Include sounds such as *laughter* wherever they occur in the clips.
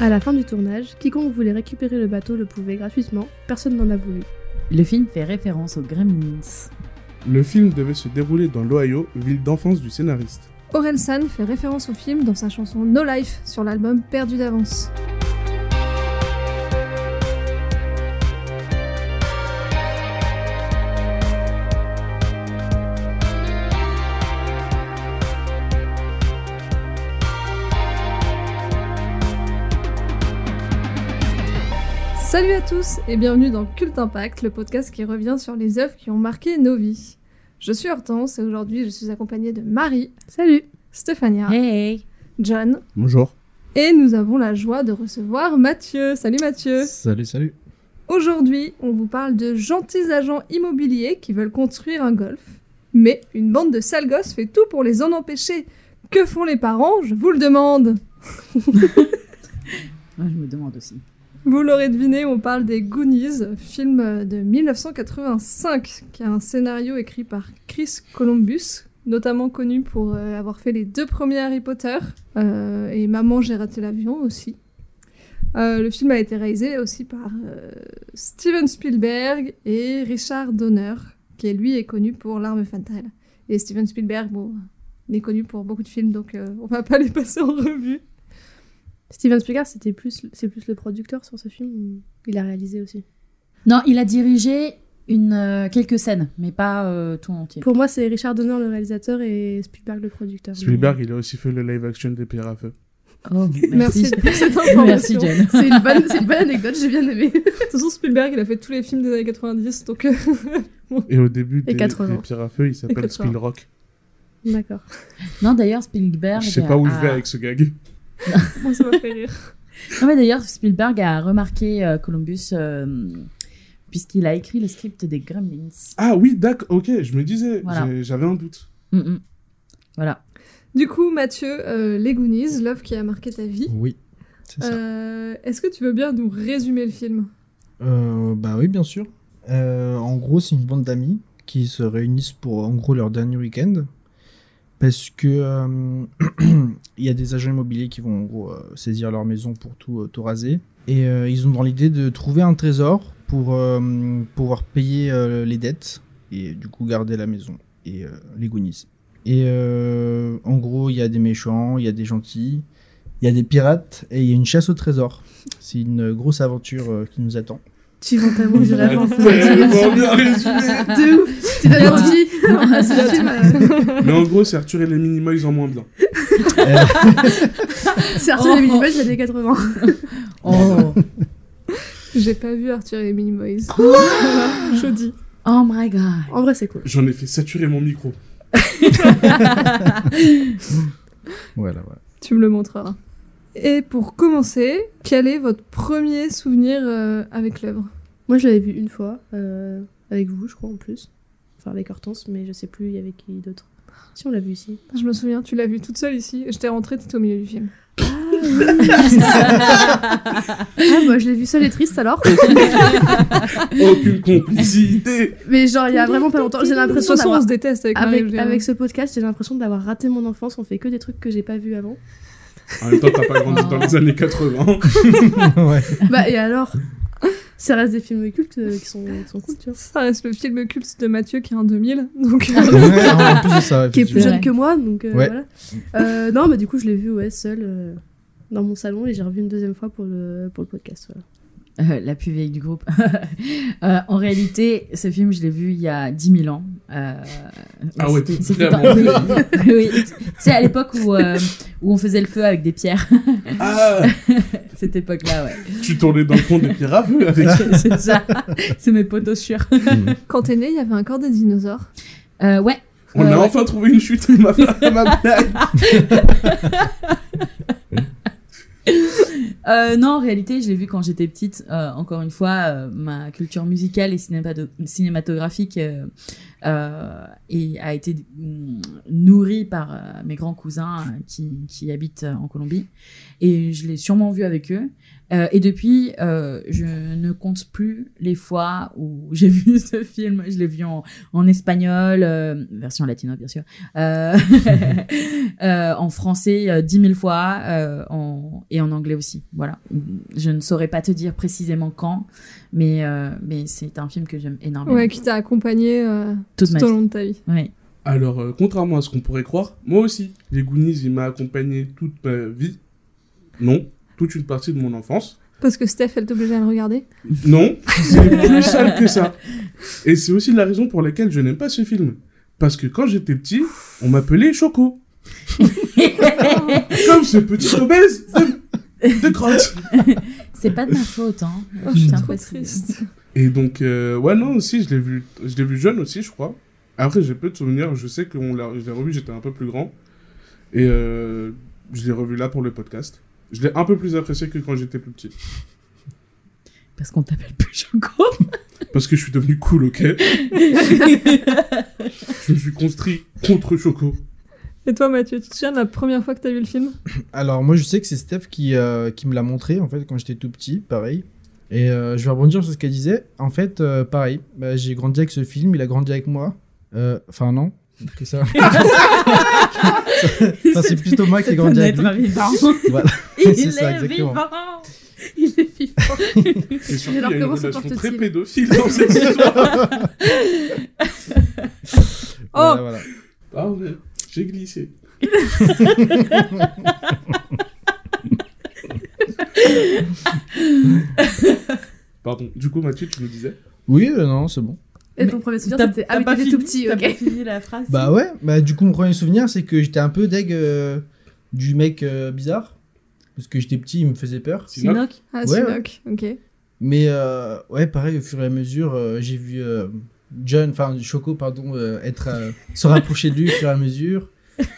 À la fin du tournage, quiconque voulait récupérer le bateau le pouvait gratuitement, personne n'en a voulu. Le film fait référence aux Gremlins. Le film devait se dérouler dans l'Ohio, ville d'enfance du scénariste. Orensan fait référence au film dans sa chanson No Life sur l'album Perdu d'avance. Salut à tous et bienvenue dans Cult Impact, le podcast qui revient sur les œuvres qui ont marqué nos vies. Je suis Hortense et aujourd'hui je suis accompagnée de Marie, Salut Stéphania, Ah. Hey John Bonjour. et nous avons la joie de recevoir Mathieu. Salut Mathieu Salut, salut. Aujourd'hui, on vous parle de gentils agents immobiliers qui veulent construire un golf. Mais une bande de sales gosses fait tout pour les en empêcher. Que font les parents Je vous le demande Moi, je me demande aussi. Vous l'aurez deviné, on parle des Goonies, film de 1985, qui a un scénario écrit par Chris Columbus, notamment connu pour euh, avoir fait les deux premiers Harry Potter, euh, et Maman, j'ai raté l'avion aussi. Euh, le film a été réalisé aussi par euh, Steven Spielberg et Richard Donner, qui lui est connu pour L'arme fatale. Et Steven Spielberg, bon, il est connu pour beaucoup de films, donc euh, on va pas *laughs* les passer en revue. Steven Spielberg, c'était plus, c'est plus le producteur sur ce film. ou Il a réalisé aussi. Non, il a dirigé une, euh, quelques scènes, mais pas euh, tout en entier. Pour moi, c'est Richard Donner le réalisateur et Spielberg le producteur. Spielberg, il a aussi fait le live action des Pierres à Feu. *laughs* Oh, Merci, *laughs* pour cette Merci, information. Jen. C'est une, bonne, c'est une bonne anecdote, j'ai bien aimé. De toute façon, Spielberg, il a fait tous les films des années 90, donc euh, Et au début des, 80. des Pierres à Feu, il s'appelle 80. Spielrock. D'accord. Non, d'ailleurs, Spielberg. Je sais pas où je vais avec ce gag. moi, ça m'a fait rire. Non, mais d'ailleurs, Spielberg a remarqué euh, Columbus euh, puisqu'il a écrit le script des Gremlins. Ah oui, d'accord, ok, je me disais, Voilà. j'ai- j'avais un doute. Mm, mm. Voilà. Du coup, Mathieu, euh, les Goonies, l'œuvre qui a marqué ta vie. Oui, c'est ça. Euh, Est-ce que tu veux bien nous résumer *laughs* le film Euh, bah oui, bien sûr. Euh, en gros, c'est une bande d'amis qui se réunissent pour, en gros, leur dernier week-end. Parce que euh, *clears throat* il y a des agents immobiliers qui vont, en gros, euh, saisir leur maison pour tout, euh, tout raser. Et euh, ils ont dans l'idée de trouver un trésor pour euh, pouvoir payer euh, les dettes et du coup garder la maison et euh, les Goonies. Et euh, en gros, il y a des méchants, il y a des gentils, il y a des pirates et il y a une chasse au trésor. C'est une grosse aventure euh, qui nous attend. Tu vends ta bouche de la Ah, France. tellement bien résumé. De ouf Tu l'as bien dit *laughs* Non, c'est le film, euh, Mais en gros, c'est Arthur et les Minimoys en moins bien. C'est Arthur et Oh. les Minimoys des années 80. Oh, J'ai pas vu Arthur et les Minimoys. *laughs* Voilà, Je dis. *laughs* oh my god. En vrai, c'est cool. J'en ai fait saturer mon micro. Voilà, voilà. Tu me le montreras. Et pour commencer, quel est votre premier souvenir euh, avec l'œuvre Moi, je l'avais vu une fois, euh, avec vous, je crois, en plus. Enfin, avec Hortense, mais je sais plus il y avait qui d'autre. Si, on l'a vu ici. Je me souviens, tu l'as vu toute seule ici. J'étais rentrée, t'étais au milieu du film. Ah, moi, je l'ai vu seule et triste, alors. *laughs* Aucune complicité. Mais genre, il y a vraiment pas longtemps, j'ai De toute l'impression façon, on d'avoir... se déteste avec, Marie, Avec, je- avec ce podcast, j'ai l'impression d'avoir raté mon enfance, on fait que des trucs que j'ai pas vus avant. En même temps, t'as pas grandi dans les années 80. Ouais. Bah, et alors Ça reste des films cultes euh, qui sont, qui sont cool, tu vois. Ça reste le film culte de Mathieu qui est en 2000, donc... *laughs* *laughs* euh, Ouais, en plus de ça, Qui est plus C'est jeune vrai. que moi, donc euh, Ouais. voilà. Euh, non, mais du coup, je l'ai vu, ouais, seule, euh, dans mon salon, et j'ai revu une deuxième fois pour le, pour le podcast, voilà. Euh, la plus vieille du groupe. *laughs* Euh, en réalité, ce film, je l'ai vu il y a 10 000 ans. Euh, Ah ouais, c'était- t'es c'était clairement dans- *laughs* oui, oui. C'est à l'époque où, euh, où on faisait le feu avec des pierres. *laughs* Ah, Cette époque-là, ouais. *laughs* tu tournais dans le fond des Pierres à Feu avec C'est ça. C'est mes potos sûrs. Mm. Quand t'es né, il y avait encore des dinosaures. Euh, ouais. On Ouais, a ouais. enfin trouvé une chute à ma, à ma blague. Euh, non, en réalité, je l'ai vu quand j'étais petite. Euh, encore une fois, euh, ma culture musicale et cinémato- cinématographique euh, euh, et a été mm, nourrie par euh, mes grands cousins euh, qui, qui habitent euh, en Colombie. Et je l'ai sûrement vu avec eux. Euh, et depuis, euh, je ne compte plus les fois où *laughs* j'ai vu ce film. Je l'ai vu en, en espagnol, euh, version latino bien sûr, euh, *laughs* euh, en français dix mille fois euh, en, et en anglais aussi. Voilà. Je ne saurais pas te dire précisément quand, mais, euh, mais c'est un film que j'aime énormément. Ouais, qui t'a accompagné euh, Toute ma tout au vie. long de ta vie. Ouais. Alors, euh, contrairement à ce qu'on pourrait croire, moi aussi, les Goonies, il m'a accompagné toute ma vie. Non, toute une partie de mon enfance. Parce que Steph, elle t'obligeait à le *laughs* regarder. Non, c'est *laughs* plus sale que ça. Et c'est aussi la raison pour laquelle je n'aime pas ce film. Parce que quand j'étais petit, on m'appelait Choco. Comme ce petit obèse de, de crotte. C'est pas de ma faute, hein. Oh, je suis Putain, trop possible. triste. Et donc, euh, ouais, non, aussi, je l'ai vu, je l'ai vu jeune aussi, je crois. Après, j'ai peu de souvenirs. Je sais que je l'ai revu, j'étais un peu plus grand. Et euh, je l'ai revu là pour le podcast. Je l'ai un peu plus apprécié que quand j'étais plus petit. Parce qu'on t'appelle plus Choco. Parce que je suis devenu cool, *laughs* ok Je me suis construit contre Choco. Et toi, Mathieu, tu te souviens de la première fois que t'as vu le film Alors moi je sais que c'est Steph qui, euh, qui me l'a montré en fait quand j'étais tout petit, pareil. Et euh, je vais rebondir sur ce qu'elle disait. En fait, euh, pareil, bah, j'ai grandi avec ce film, il a grandi avec moi. Euh, Enfin non, c'est pris *laughs* ça. Ça, c'est plutôt moi qui ai C'est grandi un avec être lui. vivant. Voilà. Il *laughs* C'est est, ça, exactement. vivant. Il est vivant. Et surtout, il y alors, a une comment se relation très porte-t-il pédophile dans cette histoire. Oh. Voilà, voilà. Ah ouais, j'ai glissé. Pardon. Du coup, Mathieu, tu me disais Oui, euh, non, c'est bon. Et ton premier souvenir, T'as- c'était t'as Ah, mais pas t'étais fini- tout petit, t'as pas ok. fini la phrase. Bah ouais, bah du coup mon premier souvenir c'est que j'étais un peu deg euh, du mec euh, bizarre. Parce que j'étais petit, il me faisait peur. Sinoc Sinoc. Ah, Ouais, Sinoc, ok. Mais euh, ouais, pareil, au fur et à mesure, euh, j'ai vu euh, John, enfin Choco, pardon, euh, être, euh, se rapprocher de lui au fur et à mesure.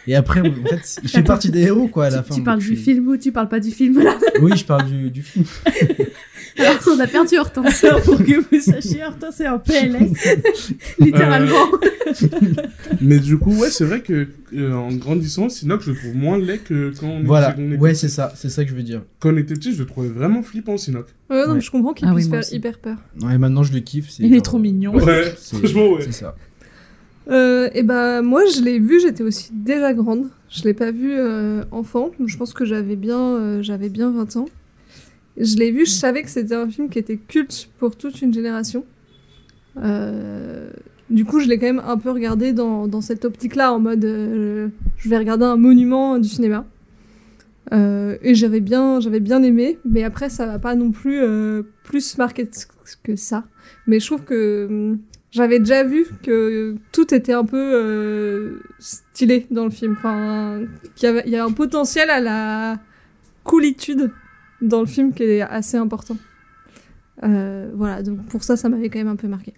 Et après, en fait, il fait partie des héros, quoi, à la Tu- fin. Tu parles donc euh, du je- film ou tu parles pas du film *laughs* là Oui, je parle du, du film. Alors qu'on a perdu *laughs* Hortense. Alors, pour que vous sachiez, Hortense c'est en PLS. *laughs* Littéralement. Mais du coup, ouais, c'est vrai que euh, en grandissant, Sinoc, je le trouve moins laid que quand on, Voilà, était, on était- ouais, c'est ça, c'est ça que je veux dire. quand on était petit. Je le trouvais vraiment flippant, Sinoc. Ouais, non, Ouais. mais je comprends qu'il Ah oui, puisse moi faire aussi. hyper peur. Non, et maintenant, je le kiffe. c'est- euh, Il est trop mignon. Ouais, C'est- franchement, ouais. C'est ça. Euh, et ben moi je l'ai vu, j'étais aussi déjà grande. Je l'ai pas vu euh, enfant, je pense que j'avais bien, euh, j'avais bien 20 ans. Je l'ai vu, je savais que c'était un film qui était culte pour toute une génération. Euh, du coup, je l'ai quand même un peu regardé dans, dans cette optique-là, en mode euh, je vais regarder un monument du cinéma. Euh, et j'avais bien, j'avais bien aimé, mais après ça va pas non plus euh, plus marqué que ça. Mais je trouve que hum, j'avais déjà vu que tout était un peu euh, stylé dans le film. Enfin, qu'il y avait- il y a un potentiel à la coolitude dans le film qui est assez important. Euh, voilà, donc pour ça, ça m'avait quand même un peu marqué.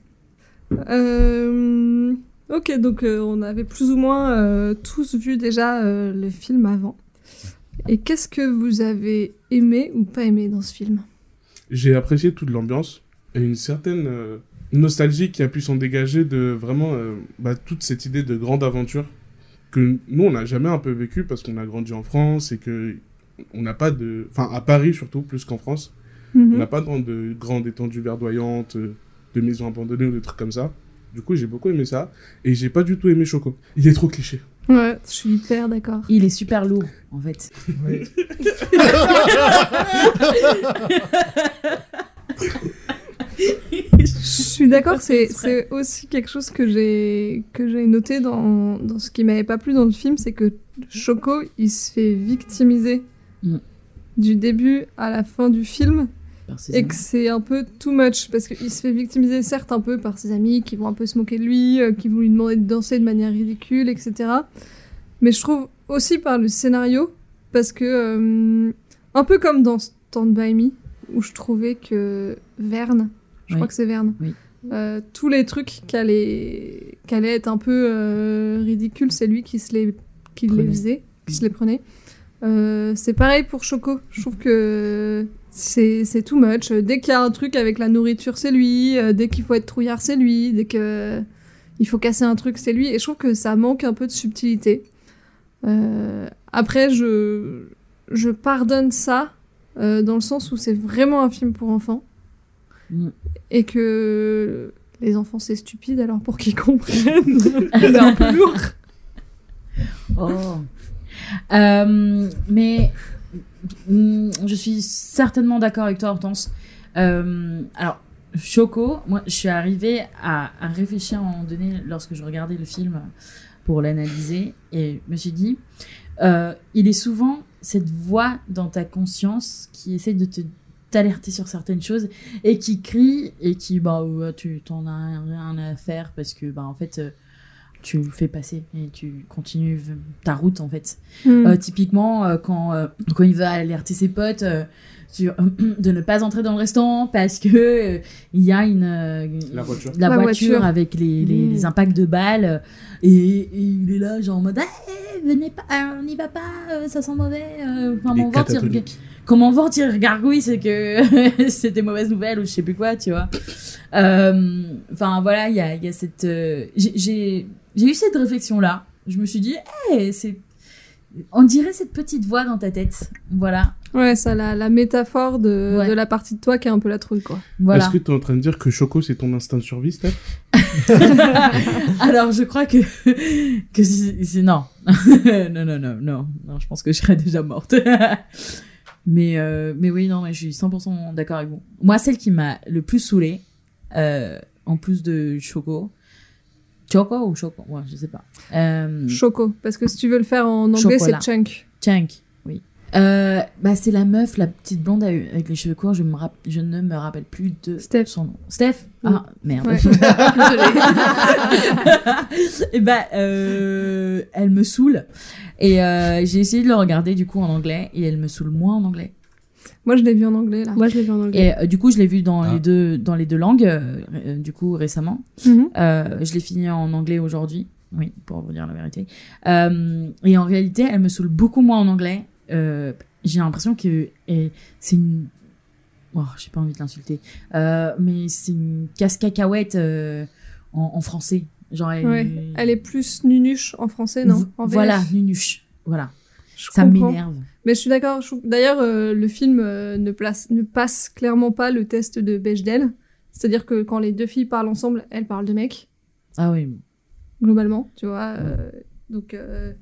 Euh, ok, donc euh, on avait plus ou moins euh, tous vu déjà euh, le film avant. Et qu'est-ce que vous avez aimé ou pas aimé dans ce film j'ai apprécié toute l'ambiance et une certaine euh, nostalgie qui a pu s'en dégager de vraiment euh, bah, toute cette idée de grande aventure que nous on n'a jamais un peu vécu parce qu'on a grandi en France et que on n'a pas de enfin à Paris surtout plus qu'en France Mhm. on n'a pas tant de grandes étendues verdoyantes euh, de maisons abandonnées ou de trucs comme ça du coup j'ai beaucoup aimé ça et j'ai pas du tout aimé Choco il est trop cliché Ouais, je suis hyper d'accord. Il est super lourd, en fait. Ouais. Je suis d'accord, c'est c'est aussi quelque chose que j'ai que j'ai noté dans, dans ce qui m'avait pas plu dans le film, c'est que Choco, il se fait victimiser Mm. du début à la fin du film Par ses et amis. que c'est un peu too much parce qu'il se fait victimiser certes un peu par ses amis qui vont un peu se moquer de lui, euh, qui vont lui demander de danser de manière ridicule, etc. Mais je trouve aussi par le scénario parce que euh, un peu comme dans Stand by Me où je trouvais que Verne, je Oui. crois que c'est Verne, Oui. euh, tous les trucs qui allaient, qui allaient être un peu euh, ridicules, c'est lui qui se les, qui les Prenait. faisait, qui se les prenait. Euh, c'est pareil pour Choco. Je trouve que c'est c'est too much. Dès qu'il y a un truc avec la nourriture, c'est lui. Euh, Dès qu'il faut être trouillard, c'est lui. Dès que il faut casser un truc, c'est lui. Et je trouve que ça manque un peu de subtilité. Euh, après, je je pardonne ça euh, dans le sens où c'est vraiment un film pour enfants Mm. et que les enfants c'est stupide alors pour qu'ils *laughs* comprennent c'est un peu lourd Oh. Euh, mais mm, je suis certainement d'accord avec toi, Hortense. Euh, alors, Choco, moi, je suis arrivée à, à réfléchir à un moment donné lorsque je regardais le film pour l'analyser et je me suis dit, euh, il est souvent cette voix dans ta conscience qui essaie de te t'alerter sur certaines choses et qui crie et qui bah ouais, tu t'en as rien à faire parce que bah en fait euh, tu le fais passer et tu continues ta route en fait euh, typiquement, euh, quand, euh, quand il va alerter ses potes euh, sur, *clears throat* de ne pas entrer dans le restaurant parce que euh, il y a une euh, La voiture. la La voiture, voiture. Mmh. avec les, les, Mm. les impacts de balles euh, et, et il est là genre en mode Eh, venez pas euh, on n'y va pas euh, ça sent mauvais euh, enfin, Il est mon ventre, il rega- catatonique. comme on vend tirer gargouille, c'est que *laughs* c'est des mauvaises nouvelles ou je sais plus quoi, tu vois. Euh, Enfin voilà, il y a, il y a cette. euh, j'ai- J'ai j'ai eu cette réflexion-là. Je me suis dit, hey, c'est. On dirait cette petite voix dans ta tête. Voilà. ouais ça la, la métaphore de, Ouais. de la partie de toi qui est un peu la trouille quoi Voilà. Est-ce que t'es en train de dire que Choco, c'est ton instinct de survie, Steph *laughs* Alors je crois que. que c'est. c'est- Non. *laughs* non, non, non, non. Non, je pense que je serais déjà morte. *laughs* mais, euh, mais oui, non, mais je suis 100% d'accord avec vous. Moi, celle qui m'a le plus saoulée, euh, en plus de Choco. Choco ou Choco Ouais, je sais pas. Euh, choco parce que si tu veux le faire en anglais Chocolat. c'est chunk Chunk, oui. Euh, bah, c'est la meuf, la petite blonde à- avec les cheveux courts. Je, me rap- je ne me rappelle plus de Steph. son nom. Steph Ah, merde. *laughs* Ouais. et ben, euh, elle me saoule. Et euh, j'ai essayé de le regarder du coup en anglais et elle me saoule moins en anglais. moi je l'ai vu en anglais là Moi, je l'ai vu en anglais. Et euh, du coup, je l'ai vu dans Ah. les deux dans les deux langues euh, euh, du coup récemment. Mhm. Euh, je l'ai fini en anglais aujourd'hui. Oui, pour vous dire la vérité. Euh, et en réalité, elle me saoule beaucoup moins en anglais. Euh, j'ai l'impression que et c'est une. Oh, j'ai pas envie de l'insulter. Euh, mais c'est une casse-cacahuète euh, en, en français. Genre, elle, Ouais. elle est plus nunuche en français non V- en VF. Voilà, nunuche. Voilà. Je ça comprends. m'énerve. Mais je suis d'accord. je trouve- D'ailleurs, euh, le film euh, ne, place, ne passe clairement pas le test de Bechdel. C'est-à-dire que quand les deux filles parlent ensemble, elles parlent de mecs, Ah oui. globalement, tu vois. euh, donc, euh,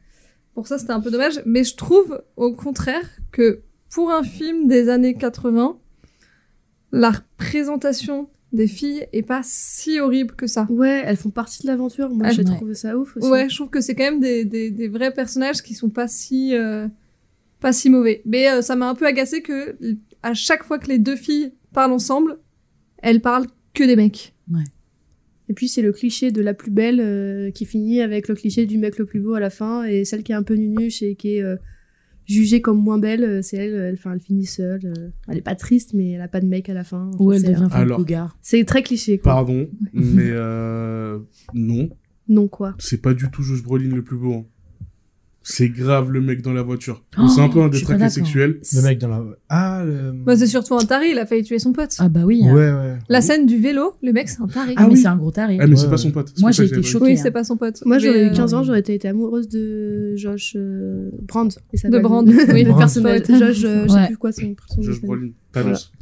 pour ça, c'était un peu dommage. Mais je trouve, au contraire, que pour un film des années 80, la représentation des filles est pas si horrible que ça. Ouais, elles font partie de l'aventure. Moi, Ah, j'ai ouais. trouvé ça ouf aussi. Ouais, je trouve que c'est quand même des, des, des vrais personnages qui sont pas si euh, pas si mauvais. Mais euh, ça m'a un peu agacé que l- à chaque fois que les deux filles parlent ensemble, elles parlent que des mecs. Et puis, c'est le cliché de la plus belle euh, qui finit avec le cliché du mec le plus beau à la fin. Et celle qui est un peu nunuche et qui est euh, jugée comme moins belle, euh, c'est elle. Elle, enfin, elle finit seule. euh. Elle est pas triste, mais elle a pas de mec à la fin. Enfin, c'est- femme Alors. cougar. C'est très cliché, quoi. *laughs* Pardon, mais euh, non, Non, quoi. c'est pas du tout Josh Brolin le plus beau. hein. C'est grave le mec dans la voiture. Oh, c'est un peu un je suis pas détraqué d'accord. sexuel. Le mec dans la. Ah, le. Bah, c'est surtout un taré, il a failli tuer son pote. Ah bah oui. Ouais, hein. ouais. La scène du vélo, le mec c'est un taré. Ah, mais oui. c'est un gros taré. Ah, mais c'est Ouais, pas ouais. son pote. c'est Moi, pour ça j'ai que été j'avais- choquée. oui, ok, hein. c'est pas son pote. Moi, j'aurais Mais, eu 15 euh, ans, j'aurais été été amoureuse de Josh euh, Brand. Et ça De va, *laughs* Brand, le- oui. le Brand. personnage. Ouais. Josh, euh, je Ouais. sais plus quoi son son Josh nom. Brolin. *laughs* Thanos.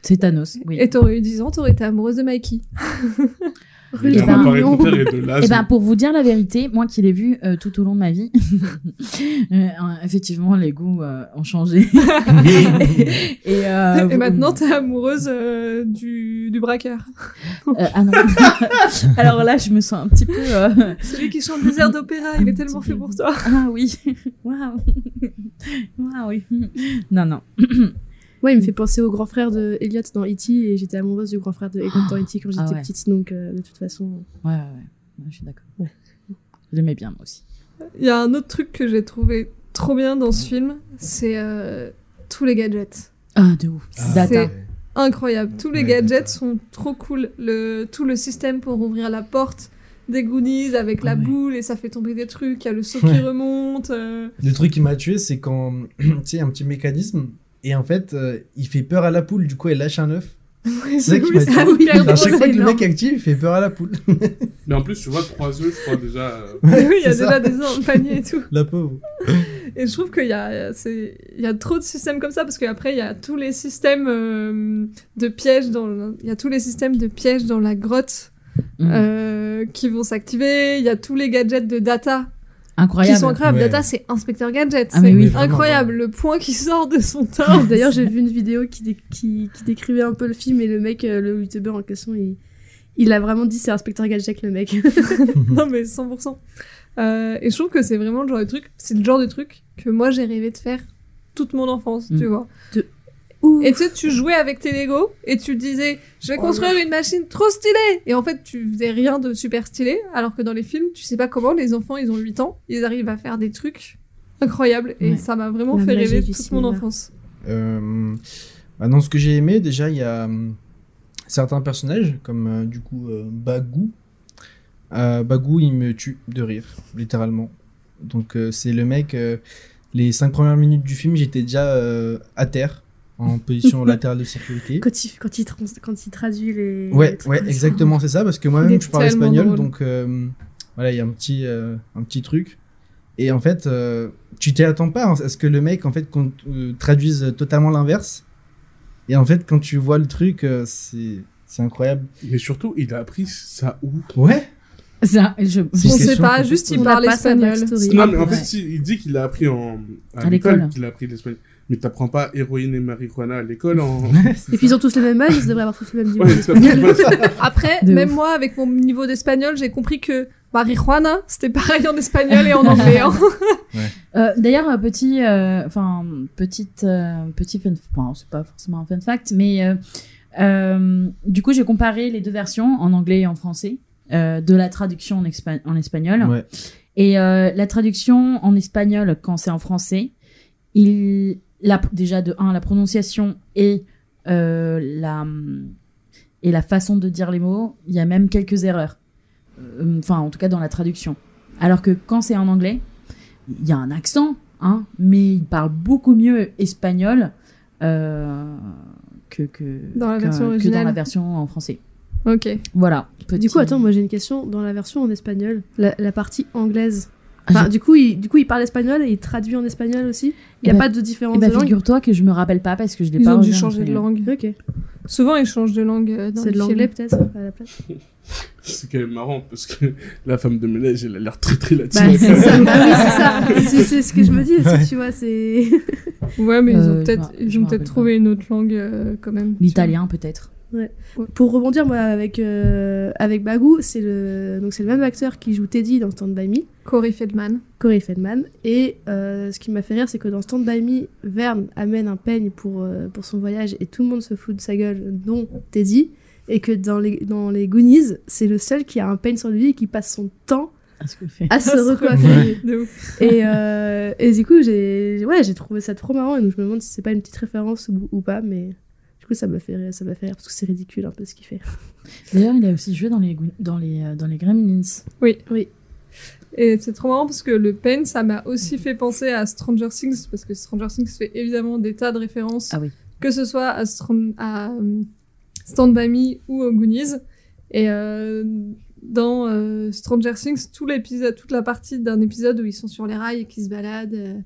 C'est Thanos. Oui. Et t'aurais eu 10 ans, t'aurais été amoureuse de Mikey. Il Et y a un ben- appareil de terre et de *laughs* Eh laser. ben, pour vous dire la vérité, moi qui l'ai vu euh, tout au long de ma vie, *laughs* euh, effectivement, les goûts euh, ont changé. et, euh, Et maintenant t'es amoureuse euh, du, du braqueur. euh, ah non. *laughs* Alors là, je me sens un petit peu. euh, *laughs* Celui qui chante des airs d'opéra, il est tellement fait pour toi. Ah oui. *laughs* Waouh. Waouh. oui. Non, non. Ouais, il me fait penser au grand frère de Elliot dans E.T. et j'étais amoureuse du grand frère de Elliot dans E.T. quand Ah j'étais ouais. petite, donc euh, de toute façon. Ouais, ouais, ouais. Ouais, Je suis d'accord. Ouais. Je l'aimais bien, moi aussi. Il y a un autre truc que j'ai trouvé trop bien dans Mm. ce film, c'est euh, tous les gadgets. Ah, de ouf. Ah, Data. ouais. Incroyable. Tous les Ouais, gadgets d'accord. sont trop cool. Le, tout le système pour ouvrir la porte des goonies avec la Ah ouais. boule et ça fait tomber des trucs. Il y a le saut qui Ouais. remonte. euh, Le truc qui m'a tué, c'est *clears throat* quand. tu sais, un petit mécanisme. Et en fait, euh, il fait peur à la poule, du coup, elle lâche un œuf. Oui, C'est ça qui m'a c'est dit. hyper Ah À oui, drôle. chaque fois que le énorme. mec est actif, il fait peur à la poule. Mais en plus, tu vois, trois œufs, je crois déjà. euh, Mais oui, il y a *laughs* C'est déjà ça. des gens en panier et tout. La pauvre. Et je trouve qu'il y a, c'est- il y a trop de systèmes comme ça parce qu'après il y a tous les systèmes euh, de pièges dans, le- il y a tous les systèmes de pièges dans la grotte Mm. euh, qui vont s'activer. Il y a tous les gadgets de Data Incroyable. qui sont incroyables. Ouais. Data, c'est Inspecteur Gadget. Ah, c'est mais oui. Vraiment, incroyable le point qui sort de son teint. *laughs* D'ailleurs, j'ai vu une vidéo qui, dé- qui, qui décrivait un peu le film et le mec, euh, le youtubeur en question, il, il a vraiment dit c'est Inspecteur Gadget le *laughs* mec. non mais 100%. Euh, et je trouve que c'est vraiment le genre de truc, c'est le genre de truc que moi j'ai rêvé de faire toute mon enfance, Mm. tu vois. Ouh. Et tu sais, tu jouais avec tes Lego et tu disais, je vais construire une machine trop stylée. Et en fait, tu faisais rien de super stylé, alors que dans les films, tu sais pas comment les enfants, ils ont 8 ans, ils arrivent à faire des trucs incroyables. Et Ouais. ça m'a vraiment La fait magie rêver du toute cinéma. mon enfance. Euh, bah, dans ce que j'ai aimé, déjà, il y a hum, certains personnages, comme euh, du coup euh, Bagou. Euh, Bagou, il me tue de rire, littéralement. Donc, euh, c'est le mec. euh, les cinq premières minutes du film, j'étais déjà euh, à terre, *laughs* en position latérale de sécurité. Quand il, quand, il trans- quand il traduit les. les Ouais, trucs ouais, comme ça. exactement, c'est ça, parce que Il moi-même, est je parle tellement espagnol, drôle. donc euh, voilà, il y a un petit, euh, un petit truc. Et en fait, euh, tu t'y attends pas hein, à ce que le mec, en fait, qu'on euh, traduise totalement l'inverse. Et en fait, quand tu vois le truc, euh, c'est c'est incroyable. Mais surtout, il a appris ça où Ouais, Ça, je- On C'est une sait question pas, qu'on juste pose. il On parle n'a pas sa espagnol. backstory. Non, mais en Ah, Ouais. fait, si, il dit qu'il a appris en, à, À l'école. l'école, qu'il a appris l'espagnol. Mais t'apprends pas héroïne et marijuana à l'école en. *laughs* *laughs* Et puis ils ont tous le même âge, ils devraient avoir tous le même niveau. Ouais, t'apprends pas ça. Après, De même ouf. moi, avec mon niveau d'espagnol, j'ai compris que marijuana, c'était pareil en espagnol et en *laughs* anglais. hein. Euh, D'ailleurs, un petit, euh, enfin, petite, euh, petit fun, enfin, c'est pas forcément un fun fact, mais euh, euh, du coup, j'ai comparé les deux versions en anglais et en français euh, de la traduction en, expa- en espagnol. Ouais. Et euh, la traduction en espagnol, quand c'est en français, il, la, déjà de un, la prononciation et euh, la et la façon de dire les mots, il y a même quelques erreurs. Euh, Enfin, en tout cas dans la traduction. Alors que quand c'est en anglais, il y a un accent, hein, mais il parle beaucoup mieux espagnol euh, que, que, Dans la que- version que dans originale. la version en français. ok. Voilà. petit- Du coup, attends, moi j'ai une question. Dans la version en espagnol, la, la partie anglaise. Enfin, Ah, du, coup, il, du coup, il parle espagnol et il traduit en espagnol aussi. Il n'y Eh a ben- pas de différence Eh ben, de langue. figure-toi que je me rappelle pas parce que je l'ai Ils pas ont dû revu en changer de espagnol. langue. Ok. Souvent, ils changent de langue euh, dans C'est de les l'anglais films. peut-être à la *laughs* place. C'est quand même marrant parce que la femme de ménage, elle a l'air très très Bah, latine. c'est ça. Bah oui, c'est ça. *laughs* C'est- C'est ce que je me dis. c'est- Tu vois, c'est. Ouais, mais ils Euh, ont je peut-être me- je ils me ont peut-être rappelle trouvé une autre langue euh, quand même. L'italien peut-être. Pour rebondir, moi, avec, euh, avec Bagou, c'est le, donc c'est le même acteur qui joue Teddy dans Stand By Me, Corey Feldman. Corey Feldman. Et euh, ce qui m'a fait rire, c'est que dans Stand By Me, Verne amène un peigne pour, euh, pour son voyage et tout le monde se fout de sa gueule, dont Teddy. Et que dans les, dans les Goonies, c'est le seul qui a un peigne sur lui et qui passe son temps Est-ce que fait *laughs* à *laughs* *laughs* se Ouais. recoiffer. De ouf. Et, euh, et du coup, j'ai ouais, j'ai trouvé ça trop marrant. Et donc, je me demande si c'est pas une petite référence ou, ou pas, mais du coup, ça m'a fait, rire- ça m'a fait rire parce que c'est ridicule un peu ce qu'il fait. D'ailleurs, il a aussi joué dans les Gou- dans les euh, dans les Gremlins. Et c'est trop marrant parce que le pen, ça m'a aussi fait penser à Stranger Things parce que Stranger Things fait évidemment des tas de références, Ah oui. que ce soit à, Stran- à, euh, Stand By Me ou aux Goonies. Et euh, dans euh, Stranger Things, tout l'épisode, toute la partie d'un épisode où ils sont sur les rails et qui se baladent, euh,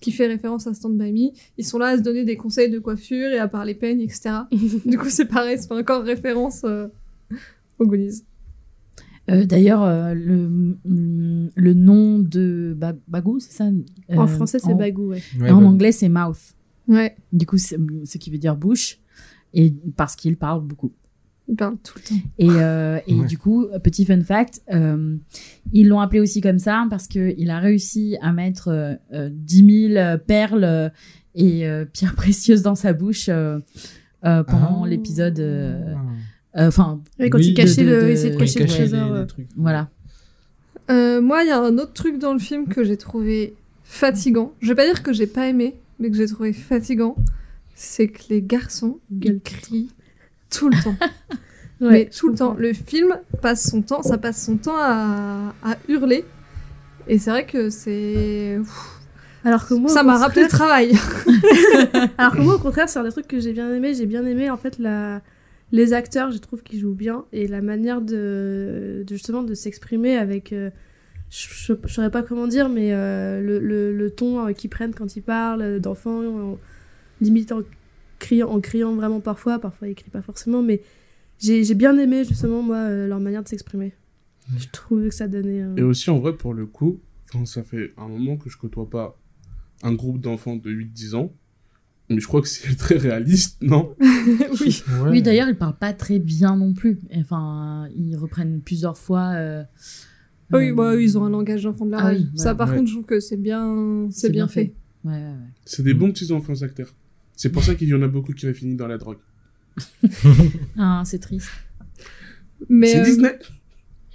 qui fait référence à Stand By Me, ils sont là à se donner des conseils de coiffure et à parler peine, etc. *laughs* du coup, c'est pareil, c'est encore référence euh, aux Goonies. Euh, D'ailleurs, euh, le mm, le nom de Ba- Bagou, c'est ça en Euh, français, c'est en- Bagou, ouais. Ouais, et en bah, anglais, c'est mouth. Ouais, Du coup, c'est- mm, ce qui veut dire bouche, et parce qu'il parle beaucoup. ils parlent tout le temps. Et, euh, et Ouais. du coup, petit fun fact, euh, ils l'ont appelé aussi comme ça parce qu'il a réussi à mettre euh, euh, 10 000 euh, perles euh, et euh, pierres *laughs* précieuses dans sa bouche euh, euh, pendant ah. l'épisode. euh, euh, Enfin, Ouais, quand Oui, il cachait de- de- le, il essayait de Quand il cacher le cachait trésor. les- euh. les trucs. voilà. Euh, moi, il y a un autre truc dans le film que j'ai trouvé fatigant. Je vais pas dire que j'ai pas aimé, mais que j'ai trouvé fatigant. C'est que les garçons, ils crient tout le temps. mais tout le temps. Le film passe son temps, ça passe son temps à, à hurler. Et c'est vrai que c'est. Alors que moi, Ça au m'a contraire- rappelé le travail. Alors que moi, au contraire, c'est un des trucs que j'ai bien aimé. J'ai bien aimé en fait la les acteurs, je trouve qu'ils jouent bien et la manière de, de justement de s'exprimer avec, euh, je ne saurais pas comment dire, mais euh, le, le- le ton euh, qu'ils prennent quand ils parlent euh, d'enfants, en- limite en criant, en criant vraiment parfois, parfois ils crient pas forcément, mais j'ai j'ai bien aimé justement moi euh, leur manière de s'exprimer. Je trouvais que ça donnait. euh, Et Mm. aussi, en vrai, pour le coup, enfin, ça fait un moment que je côtoie pas un groupe d'enfants de 8-10 ans. Mais je crois que c'est *laughs* très réaliste, non oui. Ouais. Oui, d'ailleurs, ils parlent pas très bien non plus. Enfin, ils reprennent plusieurs fois. euh, Ah oui, euh, bah, ils ont un langage d'enfant de leur Ah âge. oui, Ça, voilà. par Ouais. contre, je trouve que c'est bien, c'est bien fait. Ouais, ouais, ouais. C'est des bons petits enfants acteurs. C'est pour ça qu'il y en a beaucoup qui ont fini dans la drogue. Ah, c'est triste. Mais C'est euh, Disney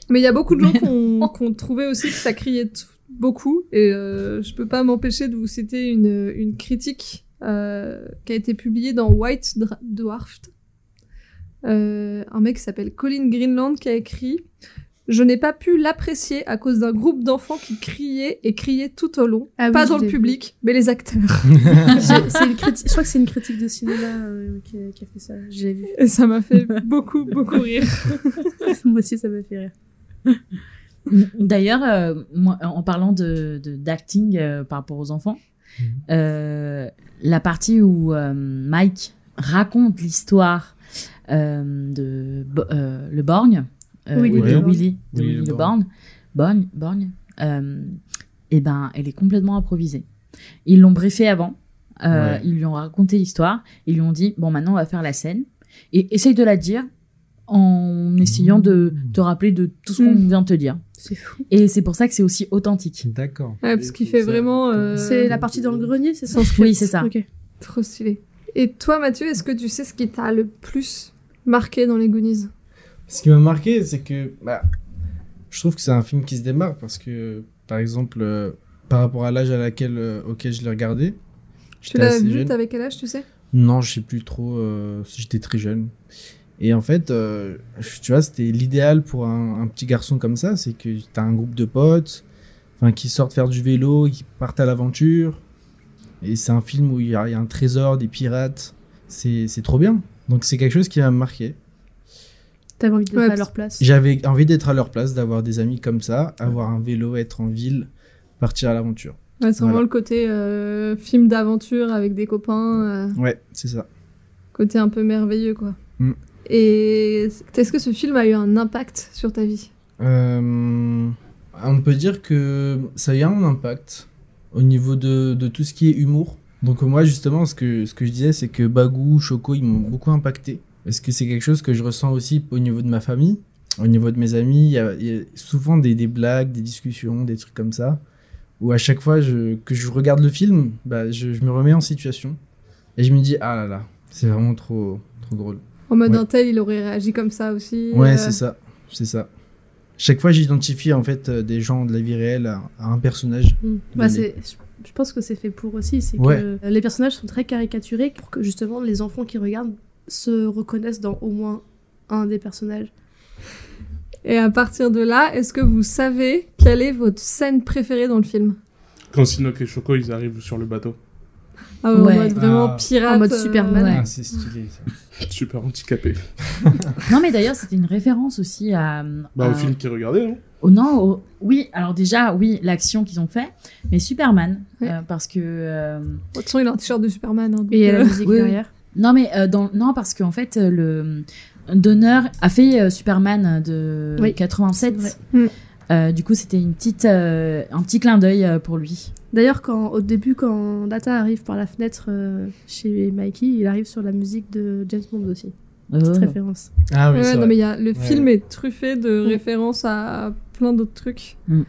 mais il y a beaucoup de gens Mais *laughs* qu'on non. qu'on trouvait aussi que ça criait t- beaucoup. Et euh, je peux pas m'empêcher de vous citer une, une critique euh, qui a été publiée dans White Dra- Dwarf. Euh, un mec qui s'appelle Colin Greenland qui a écrit Je n'ai pas pu l'apprécier à cause d'un groupe d'enfants qui criait et criait tout au long. Ah oui, pas je dans le l'ai vu. public, mais les acteurs. j'ai- c'est une criti- je crois que c'est une critique de cinéma euh, qui, a- qui a fait ça. J'ai vu. Et ça *laughs* m'a fait beaucoup, beaucoup rire. Moi aussi, ça m'a fait rire. D'ailleurs, euh, moi, en parlant de de- d'acting euh, par rapport aux enfants, Mhm. euh, la partie où euh, Mike raconte l'histoire euh, de Bo- euh, le Borgne, euh, Willy de le Borgne. Willy, de Willy Willy le le Borgne, Borgne, Borgne, et ben, elle est complètement improvisée. Ils l'ont briefé avant, euh, Ouais. ils lui ont raconté l'histoire, ils lui ont dit bon maintenant on va faire la scène et essaye de la dire en Mmh. essayant de te rappeler de tout ce qu'on Mm. vient de te dire. C'est fou. Et c'est pour ça que c'est aussi authentique. D'accord. Ouais, parce qu'il fait vraiment. euh, C'est la partie dans le grenier, c'est ça Oui, c'est ça. Ok. Trop stylé. Et toi, Mathieu, est-ce que tu sais ce qui t'a le plus marqué dans les Goonies Ce qui m'a marqué, c'est que bah, je trouve que c'est un film qui se démarre parce que, par exemple, euh, par rapport à l'âge à laquelle, euh, auquel je l'ai regardé, Tu j'étais l'as assez vu, jeune. t'avais quel âge, tu sais Non, je sais plus trop. euh, J'étais très jeune. Et en fait, euh, tu vois, c'était l'idéal pour un, un petit garçon comme ça. C'est que t'as un groupe de potes enfin, qui sortent faire du vélo, qui partent à l'aventure. Et c'est un film où il y, a il y a un trésor, des pirates. C'est c'est trop bien. Donc c'est quelque chose qui m'a marqué. T'avais envie d'être Ouais, à leur place. J'avais envie d'être à leur place, d'avoir des amis comme ça, avoir un vélo, être en ville, partir à l'aventure. Ouais, c'est vraiment Voilà. le côté euh, film d'aventure avec des copains, euh, Ouais, c'est ça. côté un peu merveilleux, quoi. Mm. Et est-ce que ce film a eu un impact sur ta vie Euh, on peut dire que ça a eu un impact au niveau de, de tout ce qui est humour. Donc moi justement, ce que, ce que je disais, c'est que Bagou, Choco, ils m'ont beaucoup impacté. Parce que c'est quelque chose que je ressens aussi au niveau de ma famille, au niveau de mes amis. Il y a, il y a souvent des, des blagues, des discussions, des trucs comme ça. Où à chaque fois je- que je regarde le film, bah, je, je me remets en situation. Et je me dis, ah là là, c'est vraiment trop, trop drôle. En mode Ouais. un tel, il aurait réagi comme ça aussi. Ouais, euh, c'est ça, c'est ça. Chaque fois, j'identifie en fait euh, des gens de la vie réelle à, à un personnage. Mm. Bah, c'est- Donner. je- je pense que c'est fait pour aussi. C'est Ouais. que euh, les personnages sont très caricaturés pour que justement les enfants qui regardent se reconnaissent dans au moins un des personnages. Et à partir de là, est-ce que vous savez quelle est votre scène préférée dans le film Quand Sinoc et Choco, ils arrivent sur le bateau. ah, ouais, En Ouais. mode vraiment Ah. pirate. En mode euh, Superman. Ouais. c'est stylé. ça. Super handicapé. Non, mais d'ailleurs, c'était une référence aussi à. Bah, à- au Ah. film qu'ils regardaient, *laughs* non Oh non, au- oui, alors déjà, oui, l'action qu'ils ont fait, mais Superman, Ouais. euh, parce que. euh, De toute façon, il a un t-shirt de Superman. hein, donc, Et il y a euh, la musique Oui, oui. derrière. Non, mais euh, dans... non, parce qu'en fait, euh, le Donner a fait euh, Superman de Oui, 87. c'est vrai. Euh, du coup, c'était une petite, euh, un petit clin d'œil euh, pour lui. D'ailleurs, quand au début, quand Data arrive par la fenêtre euh, chez Mikey, il arrive sur la musique de James Bond aussi. Petite Oh. référence. Ah oui, Ouais, c'est non, vrai. mais il y a, le Ouais. film est truffé de Mm. références à plein d'autres trucs. Mm.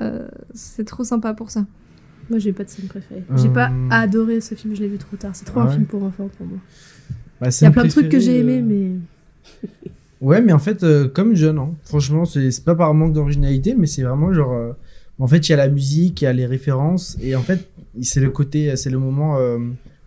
Euh, c'est trop sympa pour ça. Moi, j'ai pas de scène préférée. J'ai pas Euh. adoré ce film. Je l'ai vu trop tard. C'est trop Ah un ouais. film pour enfants pour moi. Il Bah, y c'est a un plein de trucs que j'ai préféré, aimés, euh, mais Ouais, mais en fait, euh, comme jeune, hein. franchement, c'est c'est pas par manque d'originalité, mais c'est vraiment genre. euh, en fait, il y a la musique, il y a les références, et en fait, c'est le côté, c'est le moment euh,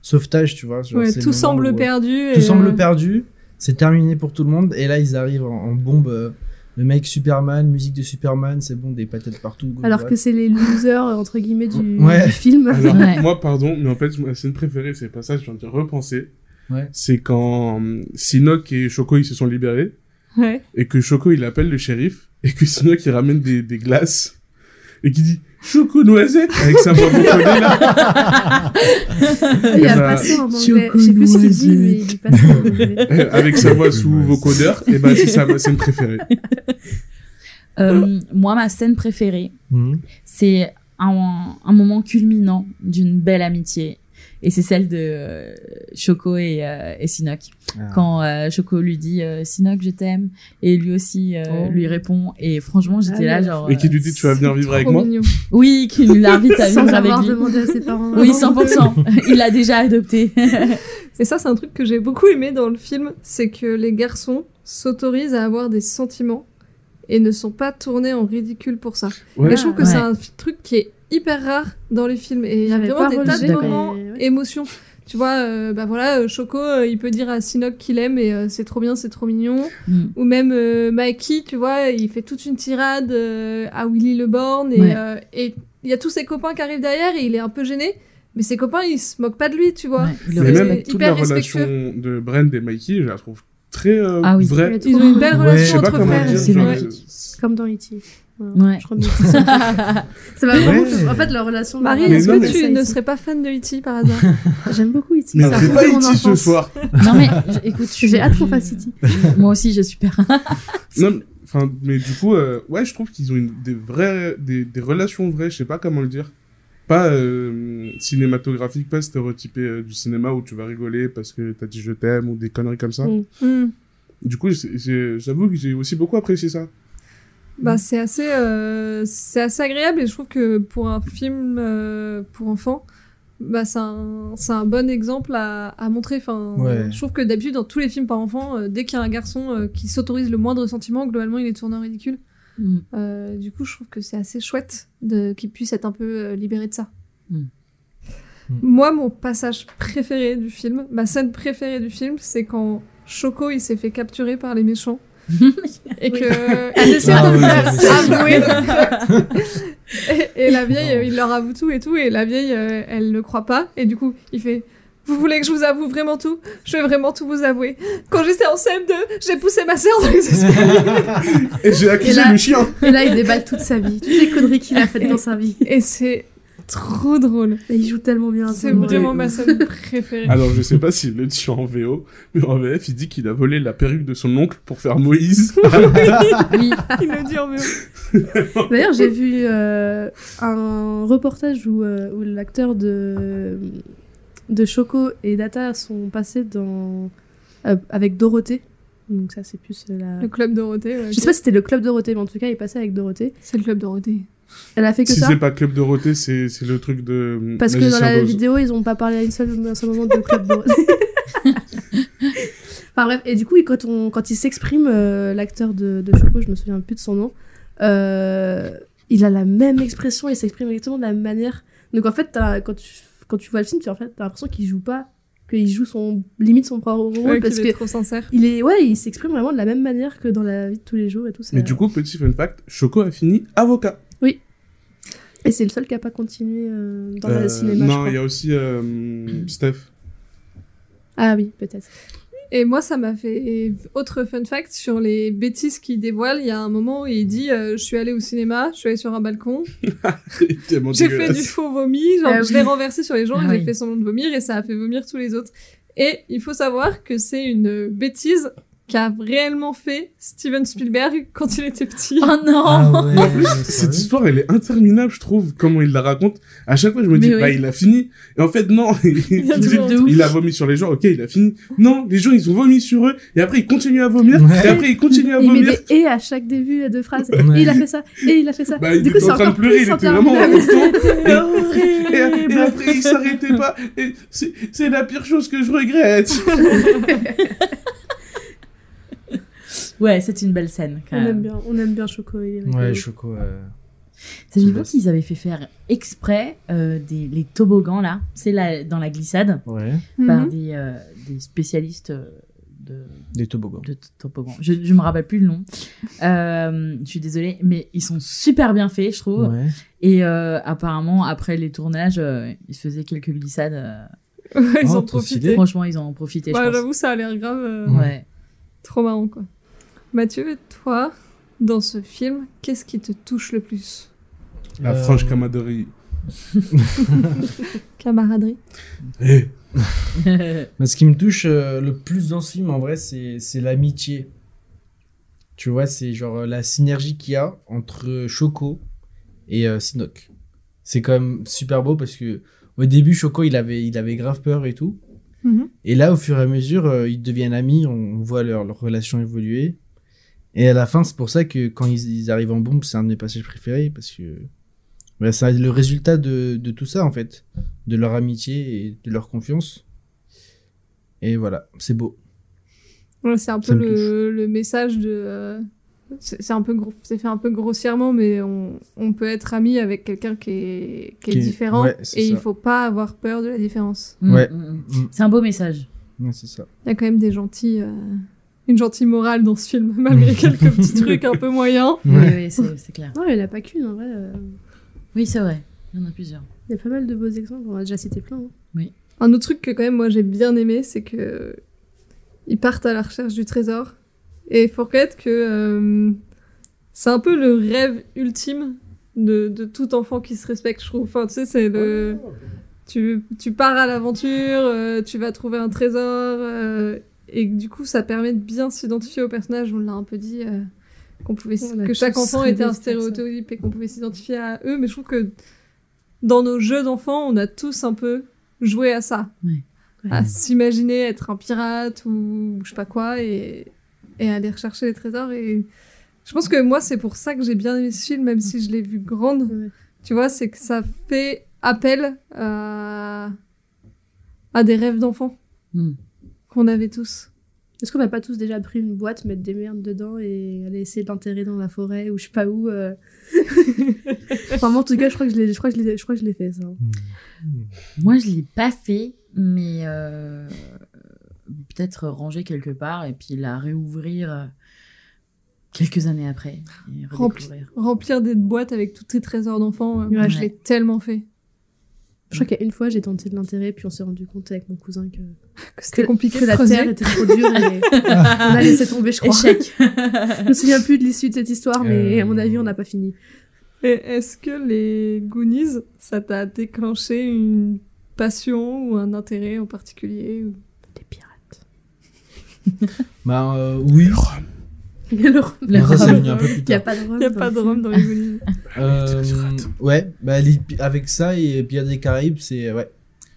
sauvetage, tu vois. genre, Ouais, c'est le tout moment semble où, euh, perdu. Tout et, semble euh, perdu, c'est terminé pour tout le monde, et là ils arrivent en, en bombe. euh, le mec Superman, musique de Superman, c'est bon, des patates partout. gauche, alors droite. que c'est les losers entre guillemets du, *laughs* Ouais. du film. Alors, Ouais. moi, pardon, mais en fait, ma scène préférée, c'est pas ça, je viens de repenser. Ouais. c'est quand hum, Sinoc et Choco ils se sont libérés Ouais. et que Choco il appelle le shérif et que Sinoc il ramène des, des glaces et qui dit Choco noisette avec sa voix bourdonnée, là. Il *laughs* y a Eh un ben, passage en anglais. Choco Je sais plus ce qu'il dit, noisette. mais il dit pas ça en *laughs* anglais. Euh, avec sa voix sous vocodeur et ben c'est *laughs* sa voix scène préférée. *laughs* Euh, moi, ma scène préférée, Mhm. c'est un, un moment culminant d'une belle amitié. Et c'est celle de euh, Choco et, euh, et Sinoc. Ah. Quand euh, Choco lui dit euh, Sinoc, je t'aime. Et lui aussi euh, Oh. lui répond. Et franchement, j'étais Ah là, ouais. genre. Et qui euh, lui dit tu vas venir vivre avec Trop moi mignon. Oui, qui l'invite à *laughs* Sans vivre avec avoir lui. demandé à ses parents. Oui, avant. *laughs* 100%. Il l'a déjà adopté. Et ça, c'est un truc que j'ai beaucoup aimé dans le film, c'est que les garçons s'autorisent à avoir des sentiments et ne sont pas tournés en ridicule pour ça. Ouais. Mais Ah, je trouve que Ouais. c'est un f- truc qui est hyper rare dans les films et il y a J'avais vraiment pas des tas de relevé, mais moments ouais. émotions. Tu vois, euh, bah voilà, euh, Choco, euh, il peut dire à Sinoc qu'il aime et euh, c'est trop bien, c'est trop mignon. *laughs* Mm. Ou même euh, Mikey, tu vois, il fait toute une tirade euh, à Willy Le Borgne et Ouais. euh, et il y a tous ses copains qui arrivent derrière et il est un peu gêné. Mais ses copains, ils se moquent pas de lui, tu vois. Ouais, il Mais Mais aurait- respect- même toute la hyper relation de Brand et Mikey, je la trouve très euh, Ah oui. vraie. Ils ont une belle Ouais, Je sais relation pas entre comment frères. dire. c'est genre, magnifique. c'est- Comme dans E.T. Voilà. Ouais. Je crois que c'est ça. Ça va vraiment. Ouais. En fait, leur relation. Marie, Mais est-ce non, que mais- tu ne serais pas fan de E.T. *laughs* par hasard J'aime beaucoup E.T. Mais Ça on fait fait pas mon E.T. ce enfance. soir. Non, mais je- écoute, je- J'ai hâte qu'on je- fasse E E.T. Moi aussi, je suis père. Non, mais- enfin, mais du coup, euh, ouais, je trouve qu'ils ont une, des vraies, des, des relations vraies, je sais pas comment le dire. Pas euh, cinématographique, pas stéréotypé euh, du cinéma où tu vas rigoler parce que t'as dit je t'aime ou des conneries comme ça. Mm. Hmm. Du coup, c'est- c'est- j'avoue que j'ai aussi beaucoup *laughs* apprécié ça. Bah, c'est assez, euh, c'est assez agréable et je trouve que pour un film euh, pour enfants, bah, c'est un, c'est un bon exemple à, à montrer. Enfin, Ouais. Je trouve que d'habitude, dans tous les films par enfants, euh, dès qu'il y a un garçon euh, qui s'autorise le moindre sentiment, globalement, il est tourné en ridicule. Mm. Euh, du coup, je trouve que c'est assez chouette de, qu'il puisse être un peu euh, libéré de ça. Mm. Mm. Moi, mon passage préféré du film, ma scène préférée du film, c'est quand Choco il s'est fait capturer par les méchants *laughs* et que Elle essaie Ah de me ouais, faire c'est ça. avouer. Ah, *laughs* et, et la vieille, Non. euh, il leur avoue tout et tout, et la vieille, euh, elle ne croit pas, et du coup, il fait. Vous voulez que je vous avoue vraiment tout Je vais vraiment tout vous avouer. Quand j'étais en CM2, j'ai poussé ma sœur dans les escaliers. Et j'ai accusé là- le chien Et là, il déballe toute sa vie. Toutes les conneries qu'il a faites dans sa vie. Et c'est trop drôle. Et il joue tellement bien. C'est vrai. vraiment ma scène préférée. Alors, je sais pas s'il le dit en VO, mais en VF, il dit qu'il a volé la perruque de son oncle pour *laughs* faire Moïse. Oui, *laughs* Il le dit en mieux. D'ailleurs, j'ai vu euh, un reportage où, euh, où l'acteur de, de Choco et Data sont passés dans, euh, avec Dorothée. Donc ça, c'est plus euh, la... Le club Dorothée, ouais, Je sais pas si c'était le club Dorothée, mais en tout cas, il est passé avec Dorothée. c'est le club Dorothée. Elle a fait que si ça. c'est pas Club Dorothée, c'est c'est le truc de. Parce que Magicien dans la d'Oz. vidéo, ils ont pas parlé à une seule, un seul moment de Club Dorothée. enfin bref, et du coup, quand, on, quand il s'exprime, euh, l'acteur de, de Choco, je me souviens plus de son nom, euh, il a la même expression, il s'exprime exactement de la même manière. Donc en fait, t'as- quand, tu, quand tu vois le film, tu en fait, as l'impression qu'il joue pas, qu'il joue son, limite son propre rôle, Ouais, parce qu'il est que trop sincère. il est, ouais, il s'exprime vraiment de la même manière que dans la vie de tous les jours et tout. ça- Mais du coup, petit fun fact, Choco a fini avocat. Et c'est le seul qui a pas continué euh, dans Euh, le cinéma. je non, crois. il y a aussi euh, Steph. *laughs* Ah oui, peut-être. Et moi, ça m'a fait. et autre fun fact sur les bêtises qu'il dévoile, il y a un moment où il dit euh, Je suis allé au cinéma, je suis allé sur un balcon, C'est tellement J'ai fait dégueulasse. du faux vomi, genre Ah je oui. l'ai renversé sur les gens Ah et j'ai oui. fait semblant de vomir et ça a fait vomir tous les autres. Et il faut savoir que c'est une bêtise qu'a réellement fait Steven Spielberg quand il était petit. *laughs* *laughs* Oh non Ah ouais, En plus, *laughs* c'est cette vrai. histoire, elle est interminable, je trouve, comment il la raconte. À chaque fois, je me Mais dis, oui. bah, il a fini. Et en fait, non. *laughs* il, a toujours un truc. il a vomi sur les gens, ok, il a fini. Non, les gens, ils ont vomi sur eux. Et après, ils continuent à vomir. Ouais. Et après, ils continuent à Il met vomir. des et à chaque début de phrase. Ouais. Et il a fait ça, et il a fait ça. Bah, il du coup, était c'est en train de encore pleurer, plus il était vraiment interminable. content. Et, Horrible. *laughs* et après, il s'arrêtait pas. Et c'est c'est la pire chose que je regrette. Ouais, c'est une belle scène quand On aime même. bien, on aime bien Choco. Il est rigolo. Ouais, Choco. euh, Savez-vous belle. qu'ils avaient fait faire exprès euh, des, les toboggans là C'est là dans la glissade Ouais. par Mhm. des, euh, des spécialistes euh, de, Des toboggans. de t- toboggans. Je, je me rappelle plus le nom. Euh, je suis désolée, mais ils sont super bien faits, je trouve. Ouais. Et euh, apparemment, après les tournages, euh, ils se faisaient quelques glissades euh, Ouais, ils Oh, ont trop profité. stylé. Franchement, ils en ont profité, Ouais, je pense. j'avoue, ça a l'air grave euh, Ouais. Ouais. *laughs* trop marrant, quoi. Mathieu, et toi, dans ce film, qu'est-ce qui te touche le plus La Euh, franche camaraderie. Camaraderie Eh, Mm, Mais ce qui me touche euh, le plus dans ce film, en vrai, c'est c'est l'amitié. Tu vois, c'est genre euh, la synergie qu'il y a entre euh, Choco et euh, Sinoc. C'est quand même super beau parce que au début, Choco, il avait, il avait grave peur et tout. Mhm. Et là, au fur et à mesure, euh, ils deviennent amis, on voit leur, leur relation évoluer. Et à la fin, c'est pour ça que quand ils, ils arrivent en bombe, c'est un de mes passages préférés parce que bah, c'est le résultat de, de tout ça, en fait. De leur amitié et de leur confiance. Et voilà, c'est beau. Ouais, C'est un peu Ça me le, le message de. euh, c'est c'est un peu gros, c'est fait un peu grossièrement, mais on, on peut être ami avec quelqu'un qui est, qui est Qui est- différent ouais, et c'est il ça. faut pas avoir peur de la différence. Mm, Ouais. mm, mm. Mm. C'est un beau message. Ouais, c'est ça. Il y a quand même des gentils, euh, une gentille morale dans ce film, *laughs* *laughs* malgré quelques petits trucs un peu moyens. Oui, oui, c'est c'est clair. Non, il n'y en a pas qu'une en vrai. euh, Oui, c'est vrai. Il y en a plusieurs. Il y a pas mal de beaux exemples, on a déjà cité plein. hein. Un autre truc que quand même moi j'ai bien aimé, c'est que ils partent à la recherche du trésor. Et il faut reconnaître que euh, c'est un peu le rêve ultime de, de tout enfant qui se respecte, je trouve. Enfin, tu sais, c'est le... Tu, tu pars à l'aventure, euh, tu vas trouver un trésor, euh, et du coup, ça permet de bien s'identifier au personnage. On l'a un peu dit, euh, qu'on pouvait, s- On a que chaque tous enfant rêvé était un de faire ça. stéréotype et qu'on pouvait s'identifier à eux. Mais je trouve que dans nos jeux d'enfants, on a tous un peu joué à ça. Ouais. Ouais. À s'imaginer être un pirate ou je sais pas quoi et, et aller rechercher les trésors. Et je pense que moi, c'est pour ça que j'ai bien aimé ce film, même si je l'ai vu grande. Ouais. Tu vois, c'est que ça fait appel à, à des rêves d'enfants Mm. qu'on avait tous. Est-ce qu'on n'a pas tous déjà pris une boîte, mettre des merdes dedans et aller essayer de l'enterrer dans la forêt ou je sais pas où euh. Enfin, moi, en tout cas, je crois que je l'ai, je crois que je l'ai, je crois que je l'ai fait ça. hein. Moi, je l'ai pas fait, mais euh, peut-être ranger quelque part et puis la réouvrir euh, quelques années après. Et *laughs* Rempli- redécouvrir. Remplir des boîtes avec tous tes trésors d'enfants, euh, Ouais. moi, je l'ai tellement fait Je crois qu'il y a une fois, j'ai tenté de l'enterrer puis on s'est rendu compte avec mon cousin que, que c'était que- compliqué que de la creuser. terre était trop dure et on a *laughs* laissé tomber, je crois. Échec. Je me souviens plus de l'issue de cette histoire, mais Euh. à mon avis, on n'a pas fini. Et est-ce que les Goonies, ça t'a déclenché une passion ou un intérêt en particulier ou- Des pirates. Bah euh, oui, Il y a le rhum. Le ça c'est rhum. venu un peu plus Il y a pas tard. de rhum. Il n'y a dans pas le de film. rhum dans les Goonies. Euh, Les pirates. ouais, bah, les pi- avec ça et Pirates des Caraïbes, c'est ouais.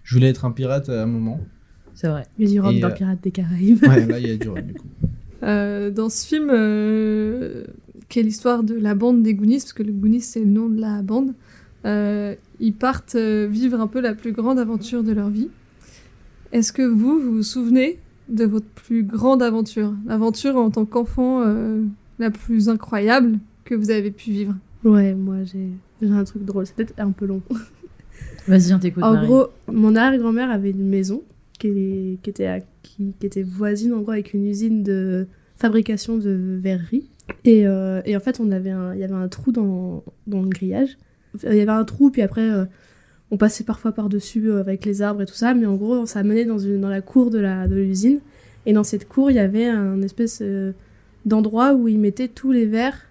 Je voulais être un pirate à un moment. *laughs* C'est vrai. Il y a du rhum Et, dans euh, Pirates des Caraïbes. Ouais, là il y a du rhum, du coup. Euh, dans ce film, euh, qui est l'histoire de la bande des Goonies, parce que le Goonies c'est le nom de la bande, euh, ils partent euh, vivre un peu la plus grande aventure de leur vie. Est-ce que vous, vous vous souvenez de votre plus grande aventure L'aventure en tant qu'enfant euh, la plus incroyable que vous avez *laughs* pu vivre Ouais, moi, j'ai, j'ai un truc drôle. C'est peut-être un peu long. Vas-y, on t'écoute. En Marie. *laughs* gros, mon arrière-grand-mère avait une maison qui, qui était à- qui, qui était voisine en gros avec une usine de fabrication de verrerie. Et, euh, et en fait, on avait un- il y avait un trou dans, dans le grillage. Enfin, Il y avait un trou, puis après, euh, on passait parfois par-dessus euh, avec les arbres et tout ça. Mais en gros, ça menait dans, une, dans la cour de la- de l'usine. et dans cette cour, il y avait un espèce euh, d'endroit où ils mettaient tous les verres.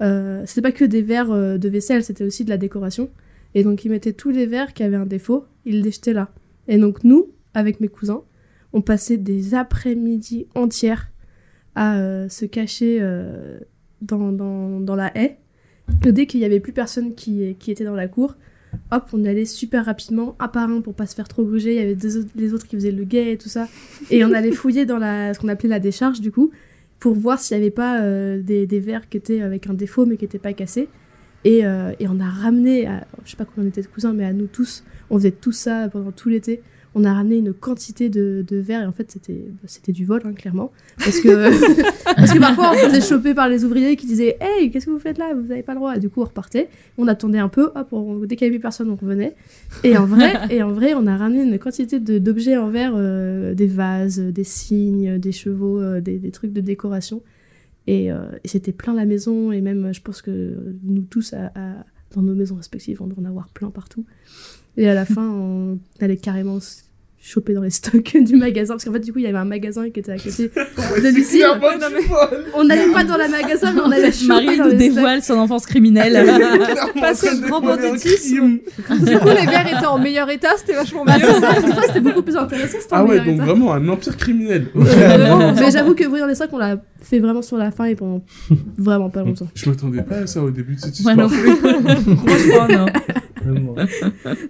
Euh, c'était pas que des verres euh, de vaisselle, c'était aussi de la décoration. Et donc, ils mettaient tous les verres qui avaient un défaut, ils les jetaient là. Et donc, nous, avec mes cousins, on passait des après-midi entières à euh, se cacher euh, dans, dans, dans la haie. Et dès qu'il n'y avait plus personne qui, qui était dans la cour, hop, on allait super rapidement, un par un, pour pas se faire trop gruger. Il y avait des autres, les autres qui faisaient le guet et tout ça. Et on allait fouiller dans la, ce qu'on appelait la décharge, du coup, pour voir s'il n'y avait pas euh, des, des verres qui étaient avec un défaut mais qui n'étaient pas cassés. Et, euh, et on a ramené, à, je sais pas combien on était de cousins, mais à nous tous, on faisait tout ça pendant tout l'été. On a ramené une quantité de, de verres et en fait c'était bah, c'était du vol hein, clairement parce que parce que parfois on se faisait choper par les ouvriers qui disaient hey qu'est-ce que vous faites là vous n'avez pas le droit et du coup on repartait on attendait un peu hop on- dès qu'il y avait plus personne on revenait et en vrai et en vrai on a ramené une quantité de- d'objets en verre euh, des vases des cygnes des chevaux euh, des, des trucs de décoration et, euh, et c'était plein la maison et même je pense que nous tous à- à- *laughs* dans nos maisons respectives on doit en avoir plein partout et à la fin on allait carrément s- choper dans les stocks *laughs* du magasin. Parce qu'en fait, du coup, il y avait un magasin qui était à côté de C'est Lucille. clair, pas de folle. On n'allait pas dans le magasin, mais on allait Cette choper *laughs* Marie dans nous les dévoile son enfance *laughs* criminelle. *laughs* Clairement, Passer ça le grand dévoilait un banditisme. crime. Du coup, les *laughs* verres étaient en meilleur état, c'était vachement stocks. mieux. Ah, C'est ça, une fois, c'était beaucoup plus intéressant. c'était Ah en ouais, meilleur donc hein. état. vraiment un empire *laughs* criminel. Vraiment, *laughs* mais j'avoue que Bruit dans les sacs, on l'a fait vraiment sur la fin et pendant vraiment *laughs* pas longtemps. Je m'attendais pas à ça au début de cette Moi histoire. non plus. Franchement, non. Vraiment.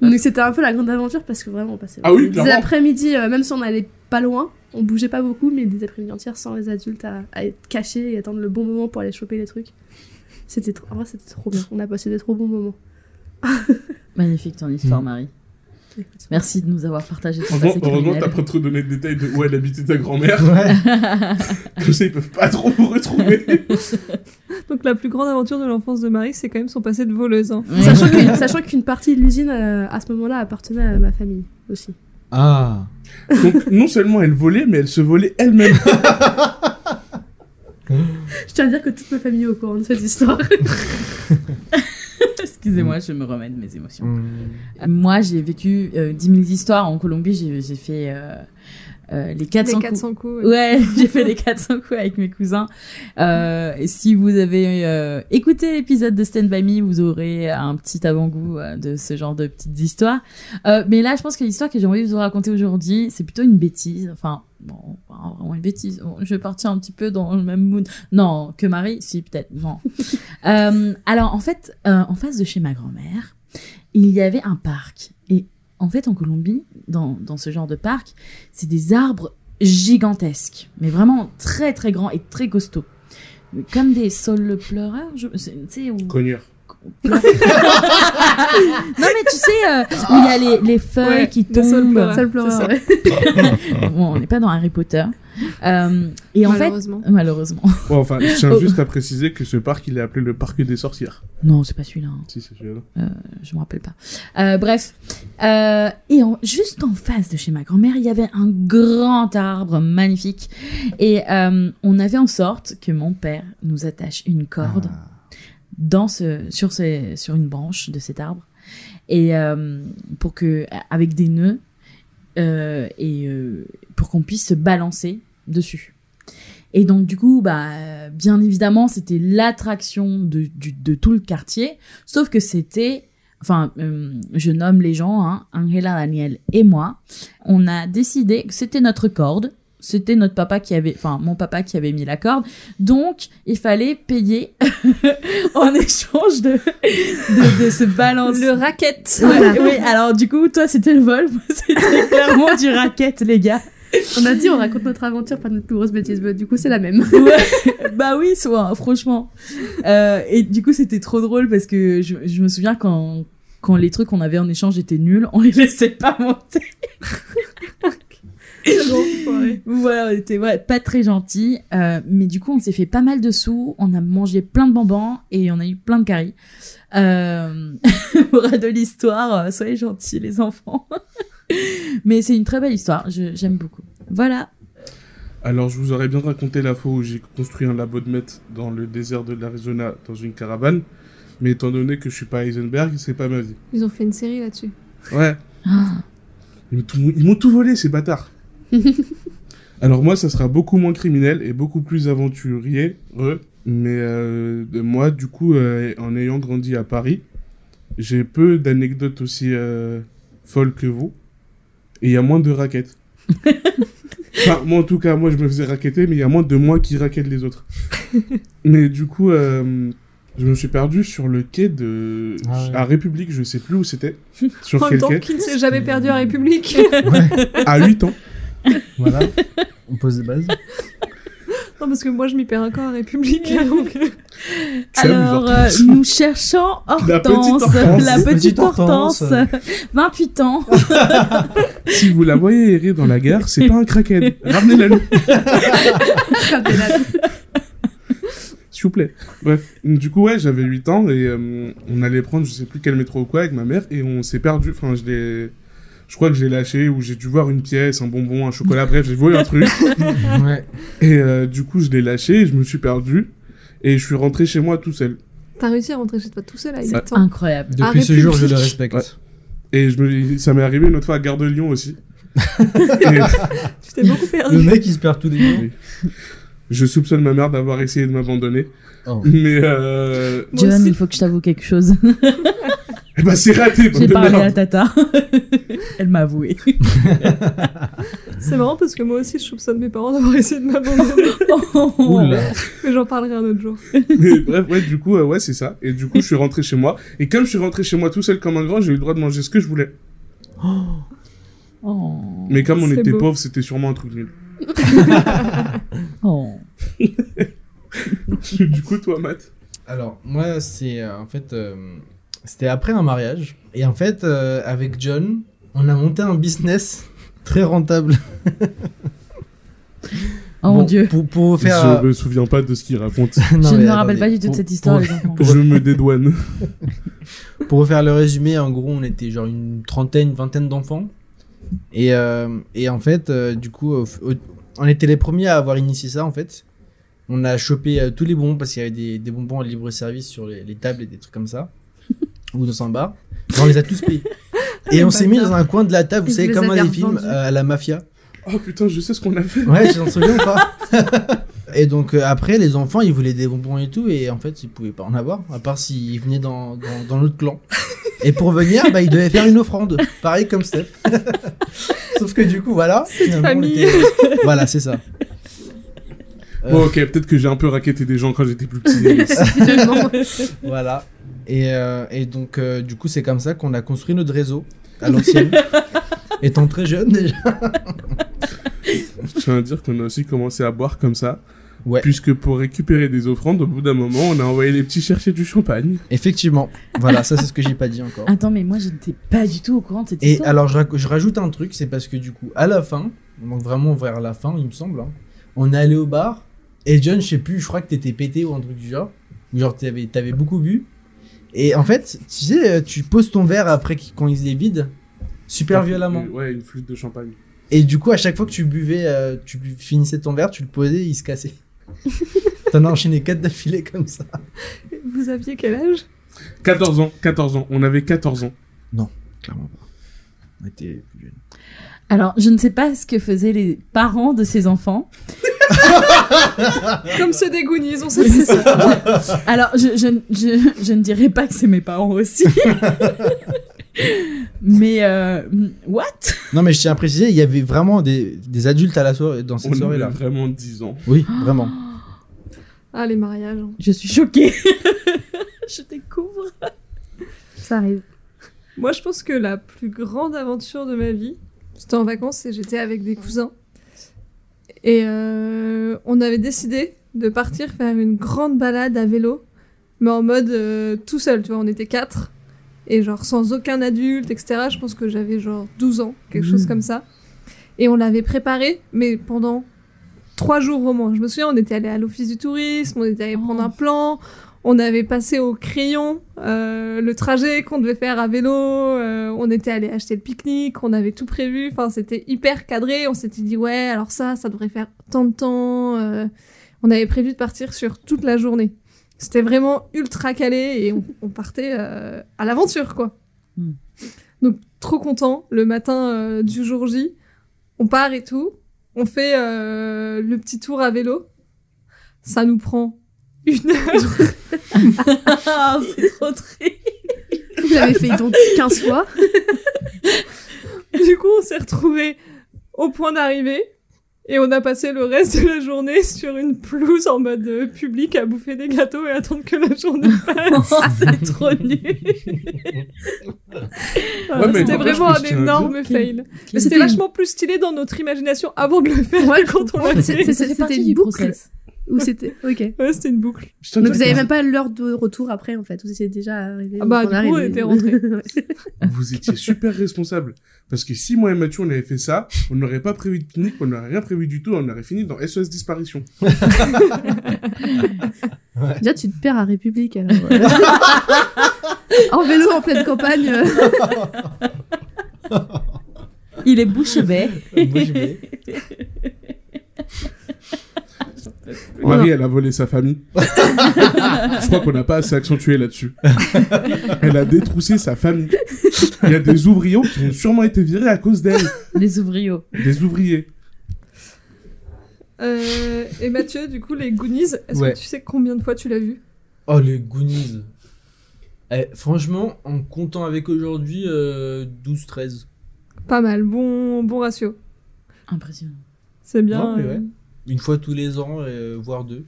Donc c'était un peu la grande aventure parce que vraiment on passait Ah oui, des clairement. après-midi, euh, même si on allait pas loin, on bougeait pas beaucoup, mais des après-midi entières sans les adultes à, à être cachés et attendre le bon moment pour aller choper les trucs. C'était trop... En vrai, c'était trop bien. On a passé des trop bons moments. Magnifique ton histoire, Mm. Marie. Écoute. Merci de nous avoir partagé ton Heureusement, passé heureusement t'as criminel. *laughs* pas trop donné de détails de où elle habitait ta grand-mère. *laughs* Ouais. Comme ça, ils peuvent pas trop vous retrouver. Donc la plus grande aventure de l'enfance de Marie, c'est quand même son passé de voleuse. hein. Ouais. Sachant qu'une- Sachant qu'une partie de l'usine euh, à ce moment-là appartenait à ma famille aussi. Ah. Donc, non seulement elle volait, mais elle se volait elle-même. Je tiens à dire que toute ma famille est au courant de cette histoire. Excusez-moi, je me remets de mes émotions. Euh, Moi, j'ai vécu euh, 10 000 histoires en Colombie. J'ai j'ai fait euh, euh, les 400 Les coups. 400 coups. ouais. Ouais, *laughs* j'ai fait les 400 coups avec mes cousins. Euh, et si vous avez euh, écouté l'épisode de Stand By Me, vous aurez un petit avant-goût euh, de ce genre de petites histoires. Euh, mais là, je pense que l'histoire que j'ai envie de vous raconter aujourd'hui, c'est plutôt une bêtise. Enfin, bon, pas vraiment une bêtise. Bon, Je vais partir un petit peu dans le même mood. Non, que Marie, si, peut-être. Non. Euh, alors, en fait, euh, en face de chez ma grand-mère, il y avait un parc. Et en fait, en Colombie, dans, dans ce genre de parc, c'est des arbres gigantesque, mais vraiment très très grand et très costaud. Comme des sols pleureurs, je... c'est- tu sais, où... Non Cogneur. *laughs* mais tu sais, euh, où il y a les, les feuilles Ouais, qui le saule tombent. pleureur. Seul pleureur, ça. ouais. Bon, on n'est pas dans Harry Potter. Euh, et en fait, *laughs* Malheureusement. malheureusement. Ouais, enfin, je tiens Oh. juste à préciser que ce parc, il est appelé le parc des sorcières. Non, c'est pas celui-là, hein. Si, c'est celui-là. je me rappelle pas. Euh, bref, Euh, et en- juste en face de chez ma grand-mère, il y avait un grand arbre magnifique. Et euh, on avait en sorte que mon père nous attache une corde. Ah. Euh, dans ce, sur, ce- sur une branche de cet arbre et euh, pour que avec des nœuds euh, et euh, pour qu'on puisse se balancer dessus. Et donc du coup, bah, bien évidemment, c'était l'attraction de, du- de tout le quartier, sauf que c'était, enfin, euh, je nomme les gens, hein, Angela, Daniel et moi, on a décidé que c'était notre corde, c'était notre papa qui avait, enfin, mon papa qui avait mis la corde, donc il fallait payer *laughs* en échange de, de, de se balancer. Le racket. Ouais, oui, alors du coup, toi c'était le vol, moi c'était clairement du racket, les gars. On a dit on raconte notre aventure, pas notre plus grosse bêtise. mais Du coup, c'est la même. Ouais, bah oui, soit, franchement. Euh, et du coup, c'était trop drôle parce que je, je me souviens quand, quand les trucs qu'on avait en échange étaient nuls, on les laissait pas monter. Voilà, on était ouais, pas très gentils. Euh, mais du coup, on s'est fait pas mal de sous, on a mangé plein de bonbons et on a eu plein de caries. Euh, *laughs* morale de l'histoire, euh, soyez gentils les enfants. *laughs* mais c'est une très belle histoire, je- j'aime beaucoup. Voilà. Alors, je vous aurais bien raconté la fois où j'ai construit un labo de maître dans le désert de l'Arizona dans une caravane. Mais étant donné que je suis pas Heisenberg, c'est pas ma vie. Ils ont fait une série là-dessus. Ouais. Ah. Ils m'ont tout- ils m'ont tout volé, ces *laughs* bâtards. Alors moi, ça sera beaucoup moins criminel et beaucoup plus aventurier. heureux. Mais euh, de moi, du coup, euh, en ayant grandi à Paris, j'ai peu d'anecdotes aussi euh, folles que vous. Et il y a moins de *laughs* raquettes. enfin, moi, en tout cas, moi, je me faisais raqueter, mais il y a moins de moi qui raquette les *laughs* autres. mais du coup, euh, je me suis perdu sur le quai de... Ah ouais. à République, je sais plus où *laughs* c'était. Sur en même quel temps, quai qui ne s'est jamais perdu à *laughs* République À 8 ans. Voilà. *laughs* On pose des bases. Non, parce que moi, je m'y perds encore à République. *laughs* donc, euh, C'est la Alors, mesure. euh, nous cherchons *laughs* La petite Hortense, Hortense. la petite Petite Hortense, Hortense. *laughs* 28 ans. Si vous la voyez errer dans la gare, c'est pas un kraken. Ramenez-la nous. S'il vous plaît. Bref. Du coup, ouais, j'avais 8 ans et euh, on allait prendre je sais plus quel métro ou quoi avec ma mère et on s'est perdu. Enfin, je l'ai. Je crois que j'ai lâché ou j'ai dû voir une pièce, un bonbon, un chocolat, bref, j'ai volé un truc. Ouais. Et euh, du coup, je l'ai lâché et je me suis perdu. Et je suis rentré chez moi tout seul. t'as réussi à rentrer chez toi tout seul à 8 C'est *laughs* ans. Incroyable. Depuis Arrête ce jour, je public. le respecte. Ouais. Et je me... ça m'est arrivé une autre fois à Gare de Lyon aussi. Et Tu t'es beaucoup Le perdu. mec, il se perd tout des yeux. je soupçonne ma mère d'avoir essayé de m'abandonner. *laughs* Oh. Mais euh... Moi John, aussi. il faut que je t'avoue quelque *laughs* chose. eh ben, c'est raté, bande J'ai de parlé merde. à Tata. *laughs* Elle m'a *laughs* avoué. C'est marrant parce que moi aussi je soupçonne mes parents d'avoir essayé de *laughs* m'abandonner. Oh. Oula. Mais j'en parlerai un autre jour. *laughs* Mais bref, ouais, du coup, euh, ouais, c'est ça. Et du coup, je suis rentré chez moi. Et comme je suis rentré chez moi tout seul comme un grand, j'ai eu le droit de manger ce que je voulais. Oh. Mais comme on C'est était beau. pauvres, c'était sûrement un truc nul. *laughs* Oh. du coup, toi, Matt Alors, moi, c'est euh, en fait. euh, C'était après un mariage. Et en fait, euh, avec John, on a monté un business très rentable. Oh mon Bon, dieu. Pour, pour faire. euh, Je me souviens pas de ce qu'il *laughs* raconte. Non, je ne mais me rappelle attendez. pas du tout de Pour- cette histoire, pour- les enfants. je me dédouane. Pour refaire le résumé, en gros, on était genre une trentaine, vingtaine d'enfants. Et, euh, et en fait, euh, du coup, au- au- on était les premiers à avoir initié ça, en fait. On a chopé euh, tous les bonbons parce qu'il y avait des, des bonbons à libre-service sur les, les tables et des trucs comme ça. ou 200 bars. Et on les a tous pris. et on s'est mis dans un coin de la table, vous Ils savez, les comme dans avaient les films revendus. euh, à la mafia. Oh putain, je sais ce qu'on a fait. Ouais, tu t'en souviens ou pas *laughs* Et donc euh, après, les enfants, ils voulaient des bonbons et tout, et en fait, ils pouvaient pas en avoir, à part s'ils venaient dans, dans, dans l'autre clan. Et pour venir, bah, ils devaient faire une offrande, pareil comme Steph. *laughs* Sauf que du coup, voilà. finalement, on famille. était- Voilà, c'est ça. Bon, ok, peut-être que j'ai un peu raquetté des gens quand j'étais plus petit. *laughs* Voilà. Et, euh, et donc, euh, du coup, c'est comme ça qu'on a construit notre réseau à l'ancienne. Étant très jeune déjà. je tiens à dire qu'on a aussi commencé à boire comme ça. Ouais. Puisque pour récupérer des offrandes, au bout d'un moment, on a envoyé les petits chercher du champagne. Effectivement. Voilà, ça c'est ce que j'ai pas dit encore. Attends, mais moi, je n'étais pas du tout au courant de cette Et histoire. alors, je, rac- je rajoute un truc, c'est parce que du coup, à la fin, donc vraiment vers la fin, il me semble, hein, on est allé au bar, et John, je sais plus, je crois que t'étais pété ou un truc du genre, ou genre t'avais avais beaucoup bu, et en fait, tu sais, euh, tu poses ton verre après qu'il- quand il est vide, super violemment. Ouais, une flûte de champagne. Et du coup, à chaque fois que tu buvais, euh, tu bu- finissais ton verre, tu le posais, il se cassait. T'en as enchaîné 4 d'affilée comme ça. Vous aviez quel âge 14 ans, 14 ans. On avait 14 ans. Clairement pas. On était plus jeunes. Alors, je ne sais pas ce que faisaient les parents de ces enfants. Comme ceux des Goonies, on sait c'est ça. *laughs* Alors, je, je, je, je ne dirais pas que c'est mes parents aussi. mais, euh, what Non, mais je tiens à préciser, il y avait vraiment des, des adultes à la soirée, dans cette On avait soirée-là. vraiment 10 ans. Oui, vraiment. Ah, les mariages. hein. Je suis choquée. *laughs* je découvre. Ça *laughs* arrive. Moi, je pense que la plus grande aventure de ma vie, c'était en vacances et j'étais avec des cousins. Et euh, on avait décidé de partir faire une grande balade à vélo, mais en mode euh, tout seul, tu vois, on était quatre. Et genre sans aucun adulte, etc. Je pense que j'avais genre 12 ans, quelque chose comme ça. Et on l'avait préparé, mais pendant trois jours au moins. Je me souviens, on était allé à l'office du tourisme, on était allé prendre un plan, on avait passé au crayon euh, le trajet qu'on devait faire à vélo, euh, on était allé acheter le pique-nique, on avait tout prévu, enfin c'était hyper cadré, on s'était dit ouais alors ça, ça devrait faire tant de temps, euh, on avait prévu de partir sur toute la journée. C'était vraiment ultra calé et on, on partait euh, à l'aventure quoi. Hmm. Donc trop content, le matin euh, du jour J, on part et tout, on fait euh, le petit tour à vélo, ça nous prend une *laughs* heure. Ah, c'est trop triste. Vous l'avez fait donc 15 fois. Du coup, on s'est retrouvés au point d'arrivée et on a passé le reste de la journée sur une pelouse en mode euh, public à bouffer des gâteaux et attendre que la *laughs* journée passe. Ah, c'est trop nul. Voilà, mais c'était n'empêche que vraiment un je tiens à énorme fail. Mais c'était C'était une- vachement plus stylé dans notre imagination avant de le faire que quand on l'a fait. c'est- c'était une boucle. Ou c'était. Ok. Ouais, c'était une boucle. Je tiens à Mais dire vous que avez même pas l'heure de retour après, en fait. Vous étiez déjà arrivé. Ah bah, quand du est coup, on arrivé. *laughs* *laughs* était rentrés. Vous étiez super responsable. Parce que si moi et Mathieu, on avait fait ça, on n'aurait pas prévu de pique-nique, on n'aurait rien prévu du tout, on aurait fini dans SOS Disparition. Déjà, tu te perds à République, alors. *laughs* en vélo, en pleine campagne. euh, Il est Euh, bouche bée. Moi, j'y vais. On mari, elle a volé sa famille. *laughs* je crois qu'on n'a pas assez accentué là-dessus. elle a détroussé sa famille. Il y a des ouvriers qui ont sûrement été virés à cause d'elle. Les ouvriers. Des ouvriers. Euh, et Mathieu, du coup, les Goonies, est-ce Ouais. que tu sais combien de fois tu l'as vu Oh, les Goonies. Eh, franchement, en comptant avec aujourd'hui, euh, 12-13. Pas mal, bon, bon ratio. Impressionnant. C'est bien. Non, mais euh. ouais. Une fois tous les ans, euh, voire deux.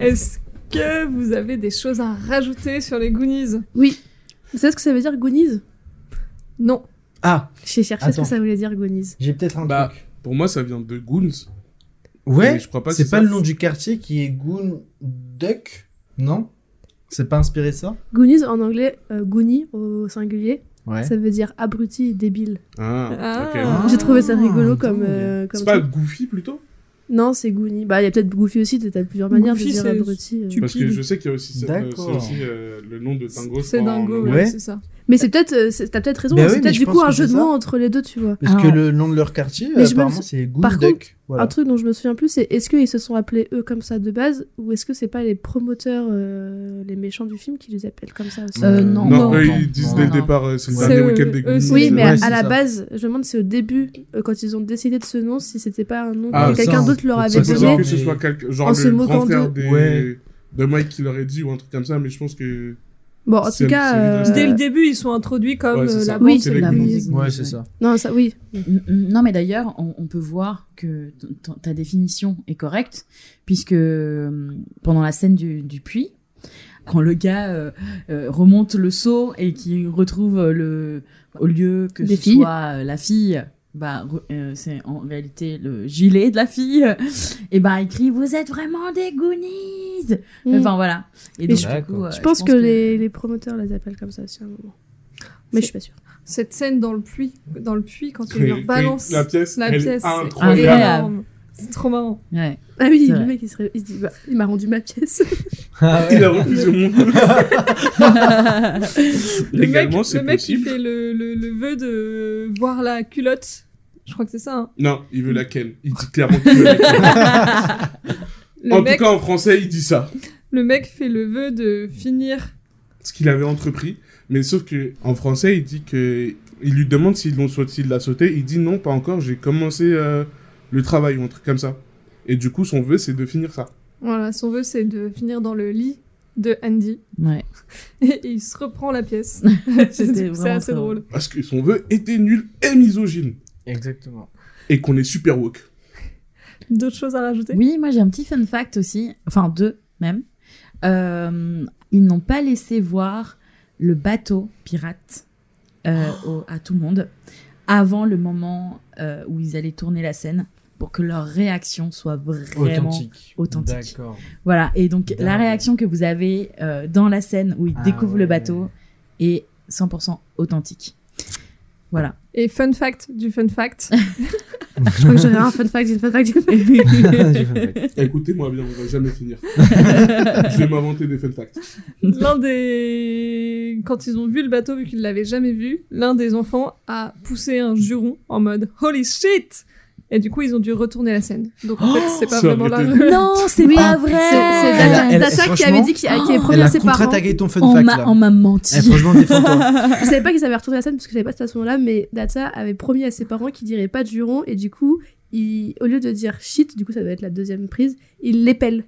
Est-ce que vous avez des choses à rajouter sur les Goonies *laughs* Vous savez ce que ça veut dire Goonies Non. Ah, J'ai cherché ce Attends. que ça voulait dire Goonies. j'ai peut-être un Bah, truc. Pour moi, ça vient de Goons. Ouais, mais je crois pas que c'est c'est pas ça. le nom du quartier qui est Goon Duck Non C'est pas inspiré de ça Goonies en anglais, euh, Goonie au singulier, Ouais. ça veut dire abruti et débile. Ah, ok. Ah. J'ai trouvé ça Ah, rigolo dingue. comme. euh, comme C'est pas truc. Goofy plutôt Non, c'est Goonie. Bah, il y a peut-être Goofy aussi, t'as t'as plusieurs manières Goofy, de dire c'est- abruti. euh. tu- Parce que je sais qu'il y a aussi, cette- euh, c'est D'accord. aussi euh, le nom de Dingo. je C'est crois, en dingo, ouais, anglais. Ouais. c'est ça. Mais c'est peut-être. euh, c'est- T'as peut-être raison, Bah oui, c'est mais peut-être je du pense coup que un c'est jeu de ça. mots entre les deux, tu vois. Parce que Alors- le nom de leur quartier, Mais je me apparemment, sou- c'est Goon Par Duck. voilà. Un truc dont je me souviens plus, c'est est-ce qu'ils se sont appelés eux comme ça de base ou est-ce que c'est pas les promoteurs, euh, les méchants du film qui les appellent comme ça aussi Euh, non. Non, Non, eux, non, ils disent non, dès non. le départ, euh, c'est le C'est dernier eux, week-end des eux, Goonies. c'est- Oui, mais Ouais, à c'est la ça. base, je me demande si au début, euh, quand ils ont décidé de ce nom, si c'était pas un nom Ah, que quelqu'un ça, d'autre leur on- avait C'est c'est possible ça. donné. que ce soit quelqu'un, genre En se le grand moquant frère d'eux. des- Ouais. de Mike qui l'aurait dit ou un truc comme ça, mais je pense que. Bon, en C'est- tout cas, c'est- euh, Dès le début, ils sont introduits comme Ouais, c'est euh, ça. la Oui, bande c'est de les la Goonies. bande. Ouais, c'est ça. non, ça, oui. N- n- Non, mais d'ailleurs, on, on peut voir que ton- ton- ta définition est correcte, puisque euh, pendant la scène du, du puits, quand le gars euh, euh, remonte le seau et qu'il retrouve euh, le au lieu que Des ce filles. soit euh, la fille, bah re- euh, c'est en réalité le gilet de la fille, *laughs* et bah il crie vous êtes vraiment des goonies. Mm. Enfin voilà. Et Mais donc, je- du coup, D'accord. euh, je pense que, les, les promoteurs les appellent comme ça aussi à un moment. Mais je suis pas sûre. Cette scène dans le puits, dans le puits quand ils que- leur que balancent La pièce, la elle est pièce, c'est incroyable. Incroyable. énorme. C'est trop marrant. *laughs* Ouais. Ah oui, C'est le vrai. mec il se, ré- il se dit bah, il m'a rendu ma pièce. Ah, *laughs* Il a refusé mon Le mec, Légalement, le c'est mec il possible. fait le, le, le vœu de voir la culotte. Je crois que c'est ça. hein. Non, il veut la ken. Il dit *laughs* clairement qu'il veut la ken. Le, En mec, tout cas, en français, il dit ça. le mec fait le vœu de finir. Ce qu'il avait entrepris. Mais sauf que en français, il dit que. Il lui demande s'ils l'ont sauté, s'il l'a sauté. Il dit non, pas encore, j'ai commencé euh, le travail ou un truc comme ça. Et du coup, son vœu, c'est de finir ça. Voilà, son vœu c'est de finir dans le lit de Andy. Ouais. *laughs* Et il se reprend *laughs* la pièce. C'était c'est vraiment assez ça. drôle. Parce que son vœu était nul et misogyne. Exactement. Et qu'on est super *laughs* woke. D'autres choses à rajouter Oui, moi j'ai un petit fun fact aussi, enfin deux même. Euh, ils n'ont pas laissé voir le bateau pirate euh, Oh. au- à tout le monde avant le moment euh, où ils allaient tourner la scène pour que leur réaction soit vraiment Authentique. authentique. D'accord. Voilà, et donc la Dingue. réaction que vous avez euh, dans la scène où ils Ah découvrent le ouais. bateau est 100% authentique. Voilà. Et fun fact du fun fact. *laughs* je crois que j'aurais un fun fact, une fun fact. une fun fact. J'ai fait le mec. Écoutez-moi bien, on va jamais *laughs* finir. je vais m'inventer des fun facts. l'un des quand ils ont vu le bateau vu qu'ils l'avaient jamais vu l'un des enfants a poussé un juron en mode holy shit et du coup ils ont dû retourner la scène donc en fait c'est pas *gasps* Ça vraiment la *laughs* aurait *laughs* non, c'est Oui, pas vrai. Oh. C'est Elle a- Data, elle- Data qui franchement, avait dit qu'il a- qu'il avait promis Elle à a ses parents. contre-attaqué ton fun on fact m'a là. on m'a Eh, menti. *laughs* Ah, franchement, défends-toi. Je savais pas qu'ils avaient retourné la scène parce que je savais pas si c'était à ce moment-là, mais Data avait promis à ses parents qu'il dirait pas de juron et du coup, il, au lieu de dire shit, du coup ça doit être la deuxième prise, il l'épelle.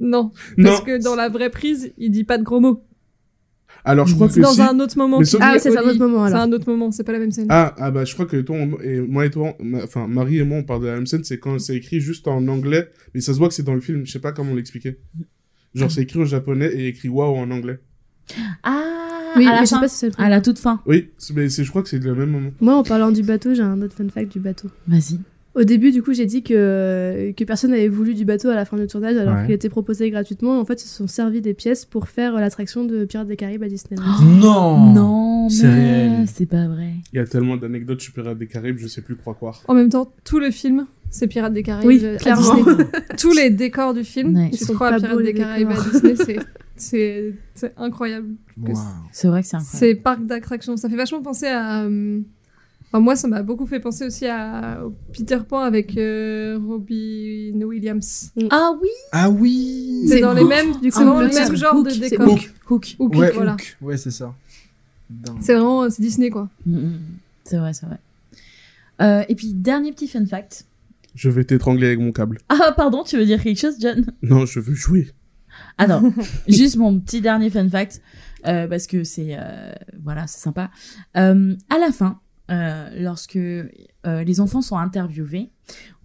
non Non, parce que dans la vraie prise il dit pas de gros mots alors je crois que dans si... un autre moment Mais qu'il sauf- dit Ah, c'est un holy. autre moment, alors. c'est un autre moment c'est pas la même scène Ah, ah bah je crois que toi on- et moi et toi, on- ma- enfin Marie et moi on parle de la même scène, c'est quand c'est écrit juste en anglais, mais ça se voit que c'est dans le film, je sais pas comment l'expliquer. Genre c'est écrit au japonais et écrit waouh en anglais. Ah, Oui, à la mais je sais fin. pas si c'est le À la toute fin. Oui, c'est- mais c'est- je crois que c'est le même moment. Moi, en parlant du bateau, j'ai un autre fun fact du bateau. Vas-y. Au début, du coup, j'ai dit que, que personne n'avait voulu du bateau à la fin du tournage alors Ouais. qu'il était proposé gratuitement. En fait, ils se sont servis des pièces pour faire euh, l'attraction de Pirates des Caraïbes à Oh. Disneyland. Non non, c'est mais réel. c'est pas vrai. Il y a tellement d'anecdotes supérieures des Caraïbes, je sais plus quoi croire. en même temps tout le film c'est Pirates des Caraïbes Oui, à clairement. Disney. tous les décors du film Ouais. ils Ils se sont croient à pas Pirates beaux, des les Caraïbes à décors. Disney c'est- c'est c'est incroyable Waouh. Ah C'est vrai que c'est incroyable. C'est parc d'attractions. Ça fait vachement penser à. euh, Enfin, moi, ça m'a beaucoup fait penser aussi à au Peter Pan avec euh, Robin Williams. Ah oui Ah oui C'est dans les Hook. mêmes, Du coup, c'est dans le Hook, même c'est genre de Hook, c'est décor. Hook. Hook. Hook, ouais, voilà. Hook. ouais c'est ça. Dingue. C'est vraiment, euh, c'est Disney quoi. Mhm. C'est vrai, c'est vrai. Euh, et puis, dernier petit fun fact. Je vais t'étrangler avec mon câble. Ah, pardon, tu veux dire quelque chose, John Non, je veux jouer. Attends, *laughs* juste mon petit dernier fun fact, euh, parce que c'est euh, voilà, c'est sympa. Euh, à la fin, euh, lorsque euh, les enfants sont interviewés,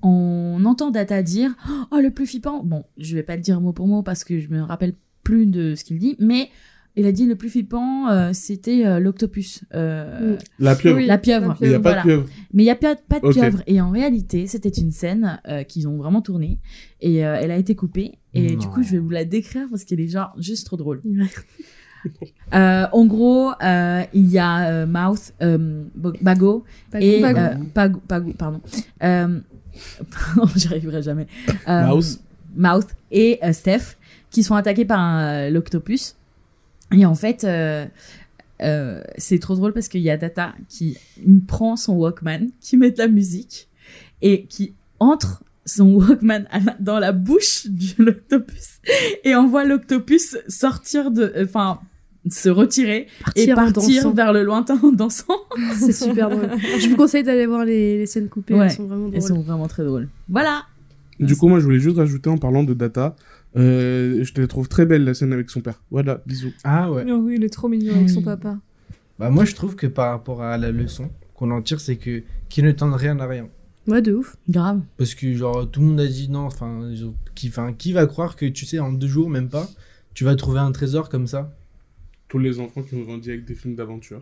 on entend Data dire "Oh le plus flippant." Bon, je vais pas le dire mot pour mot parce que je me rappelle plus de ce qu'il dit, mais il a dit le plus flippant, euh, c'était euh, l'octopus, euh, La pieuvre. Oui. la pieuvre. Mais il n'y a pas euh, Voilà. de pieuvre. Mais il n'y a pas, pas de Ok. pieuvre. Et en réalité, c'était une scène euh, qu'ils ont vraiment tournée. Et euh, elle a été coupée. Et du Non. coup, je vais vous la décrire parce qu'elle est genre juste trop drôle. *laughs* Euh, en gros, euh, il y a euh, Mouth, euh, Bo- Bago Pas et Bago. euh, Pago- Pago, pardon. Euh, *laughs* pardon, j'y arriverai jamais. Euh, Mouse. Mouth et euh, Steph qui sont attaqués par un, euh, l'octopus. Et en fait, euh, euh, c'est trop drôle parce qu'il y a Data qui prend son Walkman, qui met de la musique et qui entre son Walkman à la- dans la bouche de *laughs* l'octopus et on voit l'octopus sortir de, euh, enfin, se retirer et en partir dansant. vers le lointain en dansant. *laughs* C'est super drôle. Je vous conseille d'aller voir les, les scènes coupées, Ouais. elles sont vraiment Elles drôles. sont vraiment très drôles. Voilà. Du coup, moi, je voulais juste rajouter en parlant de data. euh, je te trouve très belle la scène avec son père. Voilà, bisous. Ah ouais. Oh oui, il est trop mignon avec son Oui. papa. Bah moi je trouve que par rapport à la leçon qu'on en tire, c'est que qui ne tente rien à rien. Ouais, de ouf. Grave. Parce que genre tout le monde a dit non, enfin ils ont- qui, enfin, qui va croire que tu sais en deux jours même pas, tu vas trouver un trésor comme ça Tous les enfants qui ont grandi avec des films d'aventure.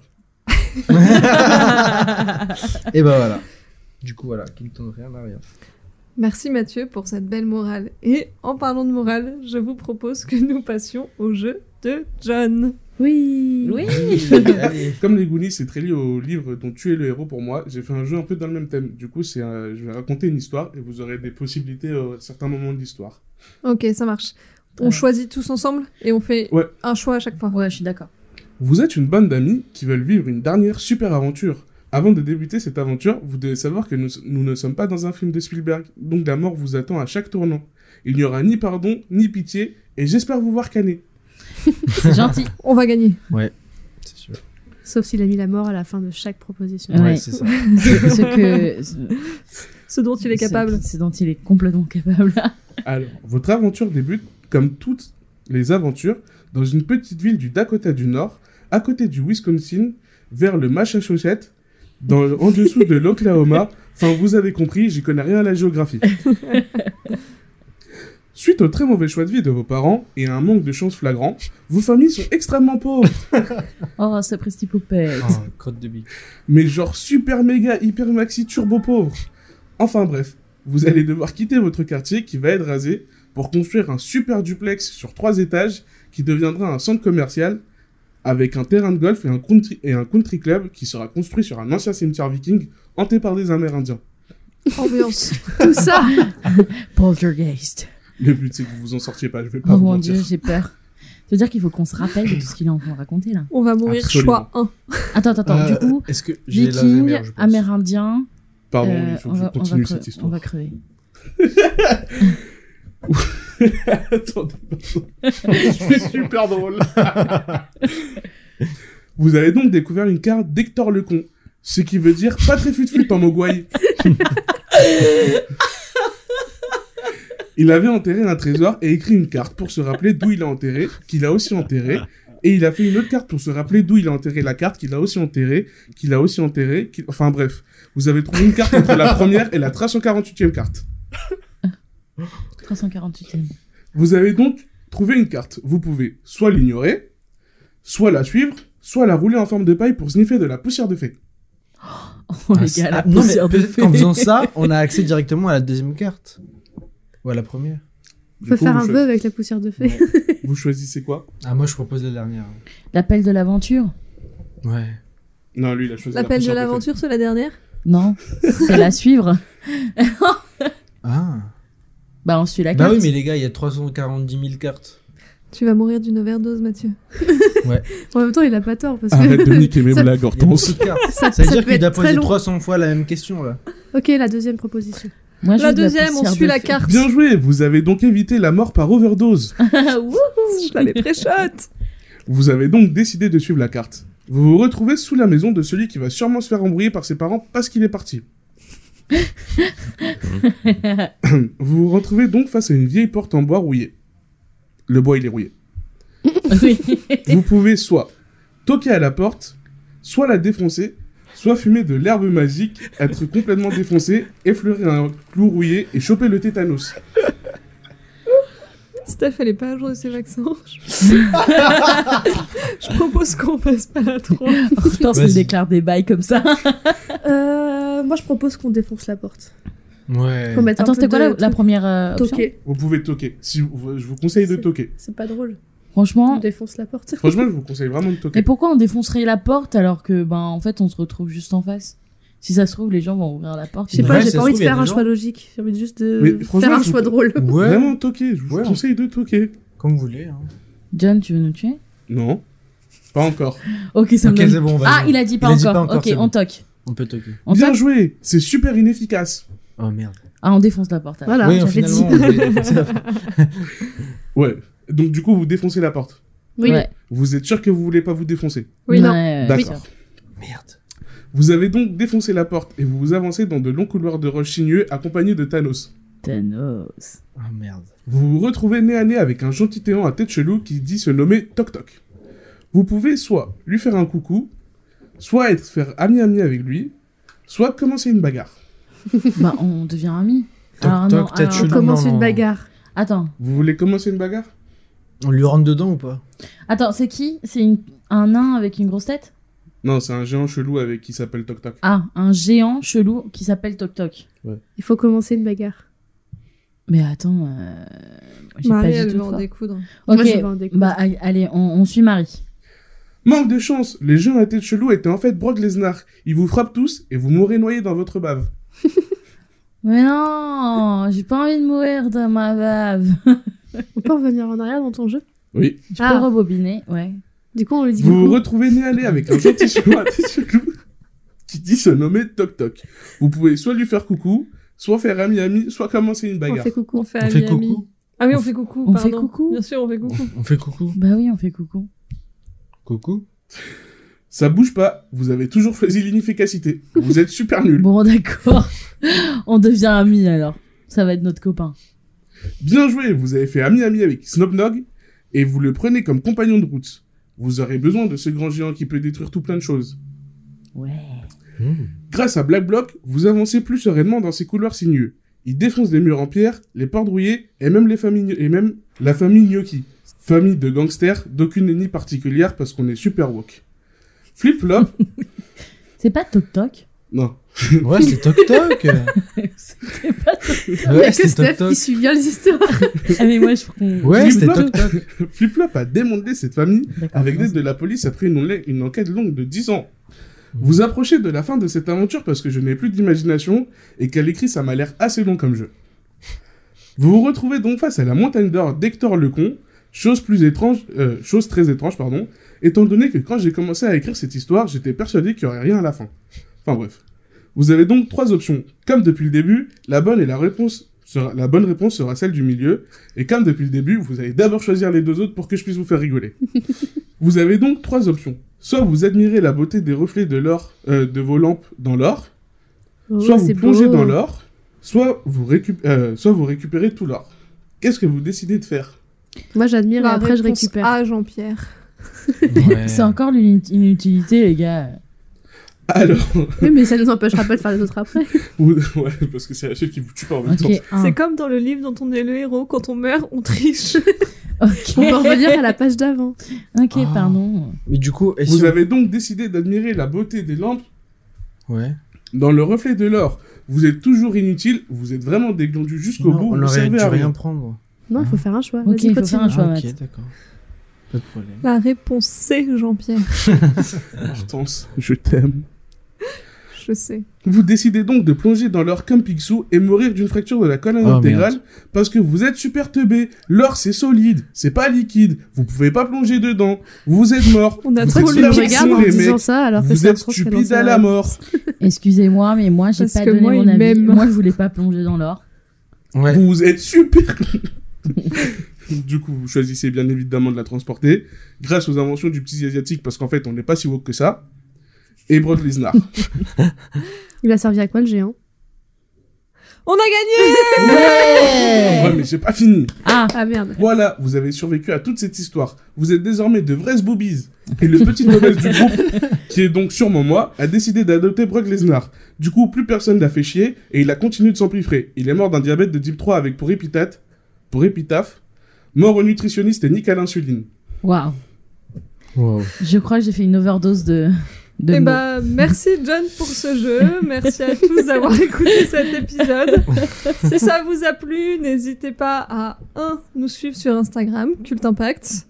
Et bah voilà. Du coup voilà, qui ne tente rien à rien. Merci Mathieu pour cette belle morale. Et en parlant de morale, je vous propose que nous passions au jeu de John. Oui. Oui. Allez. *laughs* Comme les Goonies, c'est très lié au livre dont tu es le héros pour moi, j'ai fait un jeu un peu dans le même thème. Du coup, c'est euh, je vais raconter une histoire et vous aurez des possibilités euh, à certains moments de l'histoire. Ok, ça marche. On Ouais. choisit tous ensemble et on fait Ouais. un choix à chaque fois. Euh. Ouais, je suis d'accord. Vous êtes une bande d'amis qui veulent vivre une dernière super aventure. Avant de débuter cette aventure, vous devez savoir que nous, nous ne sommes pas dans un film de Spielberg, donc la mort vous attend à chaque tournant. Il n'y aura ni pardon, ni pitié, et j'espère vous voir canner. *laughs* C'est gentil. On va gagner. C'est sûr. Sauf s'il a mis la mort à la fin de chaque proposition. Ouais. Ouais, c'est *laughs* ça. Ce que, Ce dont il est capable. C'est dont il est complètement capable. *laughs* Alors, votre aventure débute, comme toutes les aventures, dans une petite ville du Dakota du Nord, à côté du Wisconsin, vers le Massachusetts, dans, en dessous de l'Oklahoma. Enfin, vous avez compris, j'y connais rien à la géographie. Suite au très mauvais choix de vie de vos parents et à un manque de chance flagrant, vos familles sont extrêmement pauvres, Oh, ce prestipopette. Oh, crotte de bique. mais genre super méga hyper maxi turbo pauvre. Enfin bref, vous allez devoir quitter votre quartier qui va être rasé pour construire un super duplex sur trois étages qui deviendra un centre commercial avec un terrain de golf et un country, et un country club qui sera construit sur un ancien cimetière viking hanté par des Amérindiens. Ambiance. Tout ça *laughs* Poltergeist. Le but c'est que vous vous en sortiez pas, je vais pas Oh vous mon mentir. dieu, j'ai peur. Ça veut dire qu'il faut qu'on se rappelle de tout ce qu'il est en train de raconter là. On va mourir Absolument. choix 1. Attends, attends, attends. Euh, du coup, est-ce que j'ai la viking, meilleure, je pense. amérindien. Pardon, euh, il faut on, que je va, on, va continue cre- on cette histoire. va crever. Attendez, pardon. *laughs* je suis super drôle. *laughs* Vous avez donc découvert une carte d'Hector Lecon, ce qui veut dire pas très fut-fut en Mogwai. il avait enterré un trésor et écrit une carte pour se rappeler d'où il a enterré, qu'il a aussi enterré, et il a fait une autre carte pour se rappeler d'où il a enterré la carte, qu'il a aussi enterré, qu'il a aussi enterré, qu'il- enfin bref. Vous avez trouvé une carte entre la première et la 348e carte. 348 Ah, Vous avez donc trouvé une carte. Vous pouvez soit l'ignorer, soit la suivre, soit la rouler en forme de paille pour sniffer de la poussière de fée. *laughs* *laughs* Oh Ah, les c'est- gars, la ah, non, mais poussière de peut-être fée. En *laughs* faisant ça, on a accès directement à la deuxième carte. Ou à la première. On Du peut coup, faire vous un choi- vœu avec la poussière *laughs* de fée. Vous choisissez quoi Ah, moi je propose la dernière. L'appel de l'aventure Ouais. Non, lui, il a choisi la L'appel de poussière de l'aventure, c'est la dernière Non, c'est la suivre. Ah. Bah, on suit la Bah carte. Bah oui, mais les gars, il y a 340 000 cartes. Tu vas mourir d'une overdose, Mathieu. En même temps, il a pas tort parce que. Arrête de *laughs* niquer mes *laughs* Ça- blagues, Il y a beaucoup Hortense. de cartes. ça, Ça veut ça dire peut qu'il a être très posé long. 300 fois la même question là. Ok, la deuxième proposition. Moi, je La veux de deuxième, on poussière suit de la fée. carte. Bien joué, vous avez donc évité la mort par overdose. *laughs* Ouh. *laughs* Je l'avais pré-shot. Vous avez donc décidé de suivre la carte. Vous vous retrouvez sous la maison de celui qui va sûrement se faire embrouiller par ses parents parce qu'il est parti. *laughs* vous vous retrouvez donc face à une vieille porte en bois rouillée. Le bois, il est rouillé. Oui. Vous pouvez soit toquer à la porte, soit la défoncer, soit fumer de l'herbe magique, être complètement défoncé, effleurer un clou rouillé et choper le tétanos. Steph, elle est pas à jour de ses vaccins. *laughs* Je je propose qu'on passe pas la 3. Hortense, Vas-y. elle déclare des bails comme ça. Euh, moi, je propose qu'on défonce la porte. Ouais. Qu'on mette un Attends, peu c'était quoi de la, la trucs première euh, option toqués. Vous pouvez toquer. Si vous- je vous conseille de C'est- toquer. C'est pas drôle. On Franchement. défonce la porte. Franchement, je vous conseille vraiment de Mais toquer. pourquoi on défoncerait la porte alors que, ben, en fait, on se retrouve juste en face Si ça se trouve, les gens vont ouvrir la porte. Je sais et- Ouais, pas, ça j'ai se pas envie de trouve, y a faire des un gens- choix logique. J'ai envie juste Mais de franchement, faire un je- choix *laughs* drôle. Ouais. Vraiment toquer, je vous Ouais. conseille de toquer. Comme vous voulez. hein. John, tu veux nous tuer Non, pas encore. Ok, ça Ok, me c'est donne. bon, on va. Ah, il a dit pas Il a dit encore. pas encore, ok, c'est on bon. toque. On peut toquer. On Bien toque joué, c'est super inefficace. Oh merde. Ah, on défonce la porte. alors. Voilà, oui, j'avais dit. finalement, on voulait défoncer la porte. Ouais, donc du coup, vous défoncez la porte. Oui. Ouais. Vous êtes sûr que vous voulez pas vous défoncer Oui, non. Ouais, ouais, D'accord. Merde. Vous avez donc défoncé la porte et vous vous avancez dans de longs couloirs de roches sinueux accompagnés de Thanos. Thanos. *laughs* Oh merde. Vous vous retrouvez nez à nez avec un gentil téant à tête chelou qui dit se nommer Toc Toc. Vous pouvez soit lui faire un coucou, soit être faire ami-ami avec lui, soit commencer une bagarre. bah, on devient amis. Toc, Alors, non, toc, tête ah, alors- chelou. On Non, commence non, non. une bagarre. Attends, Vous voulez commencer une bagarre On lui rentre dedans ou pas attends, c'est qui C'est une- un nain avec une grosse tête Non, c'est un géant chelou avec qui s'appelle Toc Toc. Ah, un géant chelou qui s'appelle Toc Toc. Il faut commencer une bagarre. Mais attends, euh... j'ai pas Marie, du elle tout. veut de en force. découdre. Moi, je vais Ok, en découdre. bah a- allez, on, on suit Marie. Manque de chance, les géants à tête chelou étaient en fait Brock Lesnar. Ils vous frappent tous et vous mourrez noyé dans votre bave. Mais non, j'ai pas envie de mourir dans ma bave. On peut revenir en arrière dans ton jeu Oui. *laughs* Je Ah. peux rebobiner, ouais. Du coup, on lui dit Vous vous coucou. retrouvez nez à nez avec un gentil géant à tête chelou *laughs* qui dit se nommer Toc Toc. Vous pouvez soit lui faire coucou, soit faire ami-ami, soit commencer une On bagarre. fait coucou. On fait On fait ami, ami. coucou. Ah oui, on fait coucou, On pardon. fait coucou. Bien sûr, on fait coucou. On fait coucou. Bah oui, on fait coucou. Coucou. Ça bouge pas, vous avez toujours choisi l'inefficacité. Vous êtes super nul. Bon, d'accord. *laughs* on devient amis alors. Ça va être notre copain. Bien joué, vous avez fait ami-ami avec Snobnog et vous le prenez comme compagnon de route. Vous aurez besoin de ce grand géant qui peut détruire tout plein de choses. Ouais. Hmm. Grâce à Black Block, vous avancez plus sereinement dans ces couloirs sinueux. Il défonce des murs en pierre, les portes rouillées et même, les familles, et même la famille Gnocchi. Famille de gangsters, d'aucune ethnie particulière parce qu'on est super woke. Flip Flop *laughs* C'est pas Toc *laughs* Toc. Non. Ouais, c'est toc toc. Ah, C'était pas Toc Il y Ouais, a que c'est Steph toc qui toc. suit bien les histoires. Ah, mais moi je qu'on- Ouais, Flip c'est Flop. toc toc. *laughs* Flip Flop a démondé cette famille D'accord, avec l'aide non, de la police après une, onla- une enquête longue de 10 ans. Vous approchez de la fin de cette aventure parce que je n'ai plus d'imagination et qu'à l'écrit ça m'a l'air assez long comme jeu. Vous vous retrouvez donc face à la montagne d'or d'Hector Lecon, chose plus étrange, euh, chose très étrange pardon, étant donné que quand j'ai commencé à écrire cette histoire, j'étais persuadé qu'il n'y aurait rien à la fin. Enfin bref. Vous avez donc trois options. Comme depuis le début, la bonne et la réponse sera, la bonne réponse sera celle du milieu, et comme depuis le début, vous allez d'abord choisir les deux autres pour que je puisse vous faire rigoler. Vous avez donc trois options. Soit vous admirez la beauté des reflets de l'or euh, de vos lampes dans l'or, Oh, soit vous c'est plongez beau. dans l'or, soit vous récup- euh, soit vous récupérez tout l'or. Qu'est-ce que vous décidez de faire Moi, j'admire Bah, et La après, je réponse récupère. A, Jean-Pierre. *laughs* Ouais. C'est encore l'uni- une utilité, les gars. Alors, *laughs* Oui, mais ça nous empêchera pas de faire les autres *laughs* après. vous- ouais, parce que c'est Rachel qui vous tue pas en même temps. Ok, un. C'est comme dans le livre dont on est le héros. Quand on meurt, on *laughs* triche. *laughs* Ok, On va revenir à la page d'avant. Ok, Ah. pardon. Mais du coup, est-ce Vous que- avez donc décidé d'admirer la beauté des lampes Ouais. dans le reflet de l'or. Vous êtes toujours inutile, vous êtes vraiment déglondus jusqu'au Non, bout, on vous aurait servez dû à rien rien. prendre. Non, il faut faire un choix. Ok, Vas-y, il faut continue. faire un choix, Ah, Matt. ok, d'accord. Pas de problème. La réponse C, Jean-Pierre. Hortense, je t'aime. je sais. Vous décidez donc de plonger dans leur camping sous et mourir d'une fracture de la colonne Oh, intégrale parce que vous êtes super teubé. L'or c'est solide, c'est pas liquide, vous pouvez pas plonger dedans, vous êtes mort. On a Vous trop êtes lu la le victime, Regarde en les disant mecs. ça alors que vous c'est êtes stupide à la mort. Excusez-moi, mais moi, j'ai Parce pas que donné moi, mon il avis. m'aime. Moi, je voulais pas plonger dans *laughs* l'or. Ouais. Vous êtes super. *laughs* du coup, vous choisissez bien évidemment de la transporter grâce aux inventions du petit asiatique parce qu'en fait, on n'est pas si woke que ça. Et Brock Lesnar. Il a servi à quoi le géant On *laughs* a gagné Eh. ouais, mais j'ai pas fini. Ah, Ah merde. Voilà, vous avez survécu à toute cette histoire. Vous êtes désormais de vraies boobies. Et le petit novice du groupe, qui est donc sûrement moi, a décidé d'adopter Brock Lesnar. Du coup, plus personne l'a fait chier et il a continué de s'empiffrer. Il est mort d'un diabète de type 3 avec pour épitate, pour épitaphe, mort au nutritionniste et nique à l'insuline. waouh. Je crois que j'ai fait une overdose de. de Eh mots. bah, merci John pour ce jeu. Merci à tous *laughs* d'avoir écouté cet épisode. Si ça vous a plu, n'hésitez pas à 1. nous suivre sur Instagram, Cult Impact,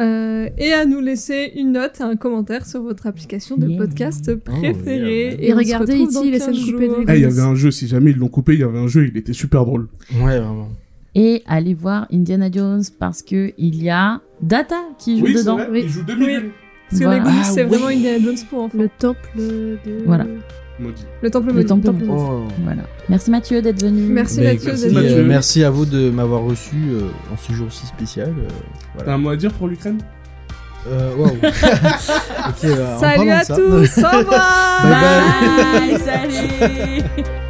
euh, et à nous laisser une note et un commentaire sur votre application de Yeah. Oh, podcast préférée. Et on se regardez retrouve ici dans les 15 scènes coupées jours. des- Eh, il y avait un jeu, si jamais ils l'ont coupé, il y avait un jeu, il était super drôle. Ouais, vraiment. Et allez voir Indiana Jones parce que il y a Data qui joue dedans. Oui. il joue 2 Oui. Parce que Voilà. les Goonies, Ah c'est oui. vraiment Indiana Jones pour enfants. Le temple de. Voilà. Maudit. Le temple Le maudit. temple. temple. Oh. Voilà. Merci Mathieu d'être venu. Merci Bah, Mathieu. écoutez, d'être euh, venu. merci à vous de m'avoir reçu euh, en ce jour si spécial. euh, T'as un mot à dire pour l'Ukraine Euh, waouh. *laughs* Ok, bah, en Salut parlant de à ça- *laughs* tous. Au revoir. Bye bye. Bye, salut.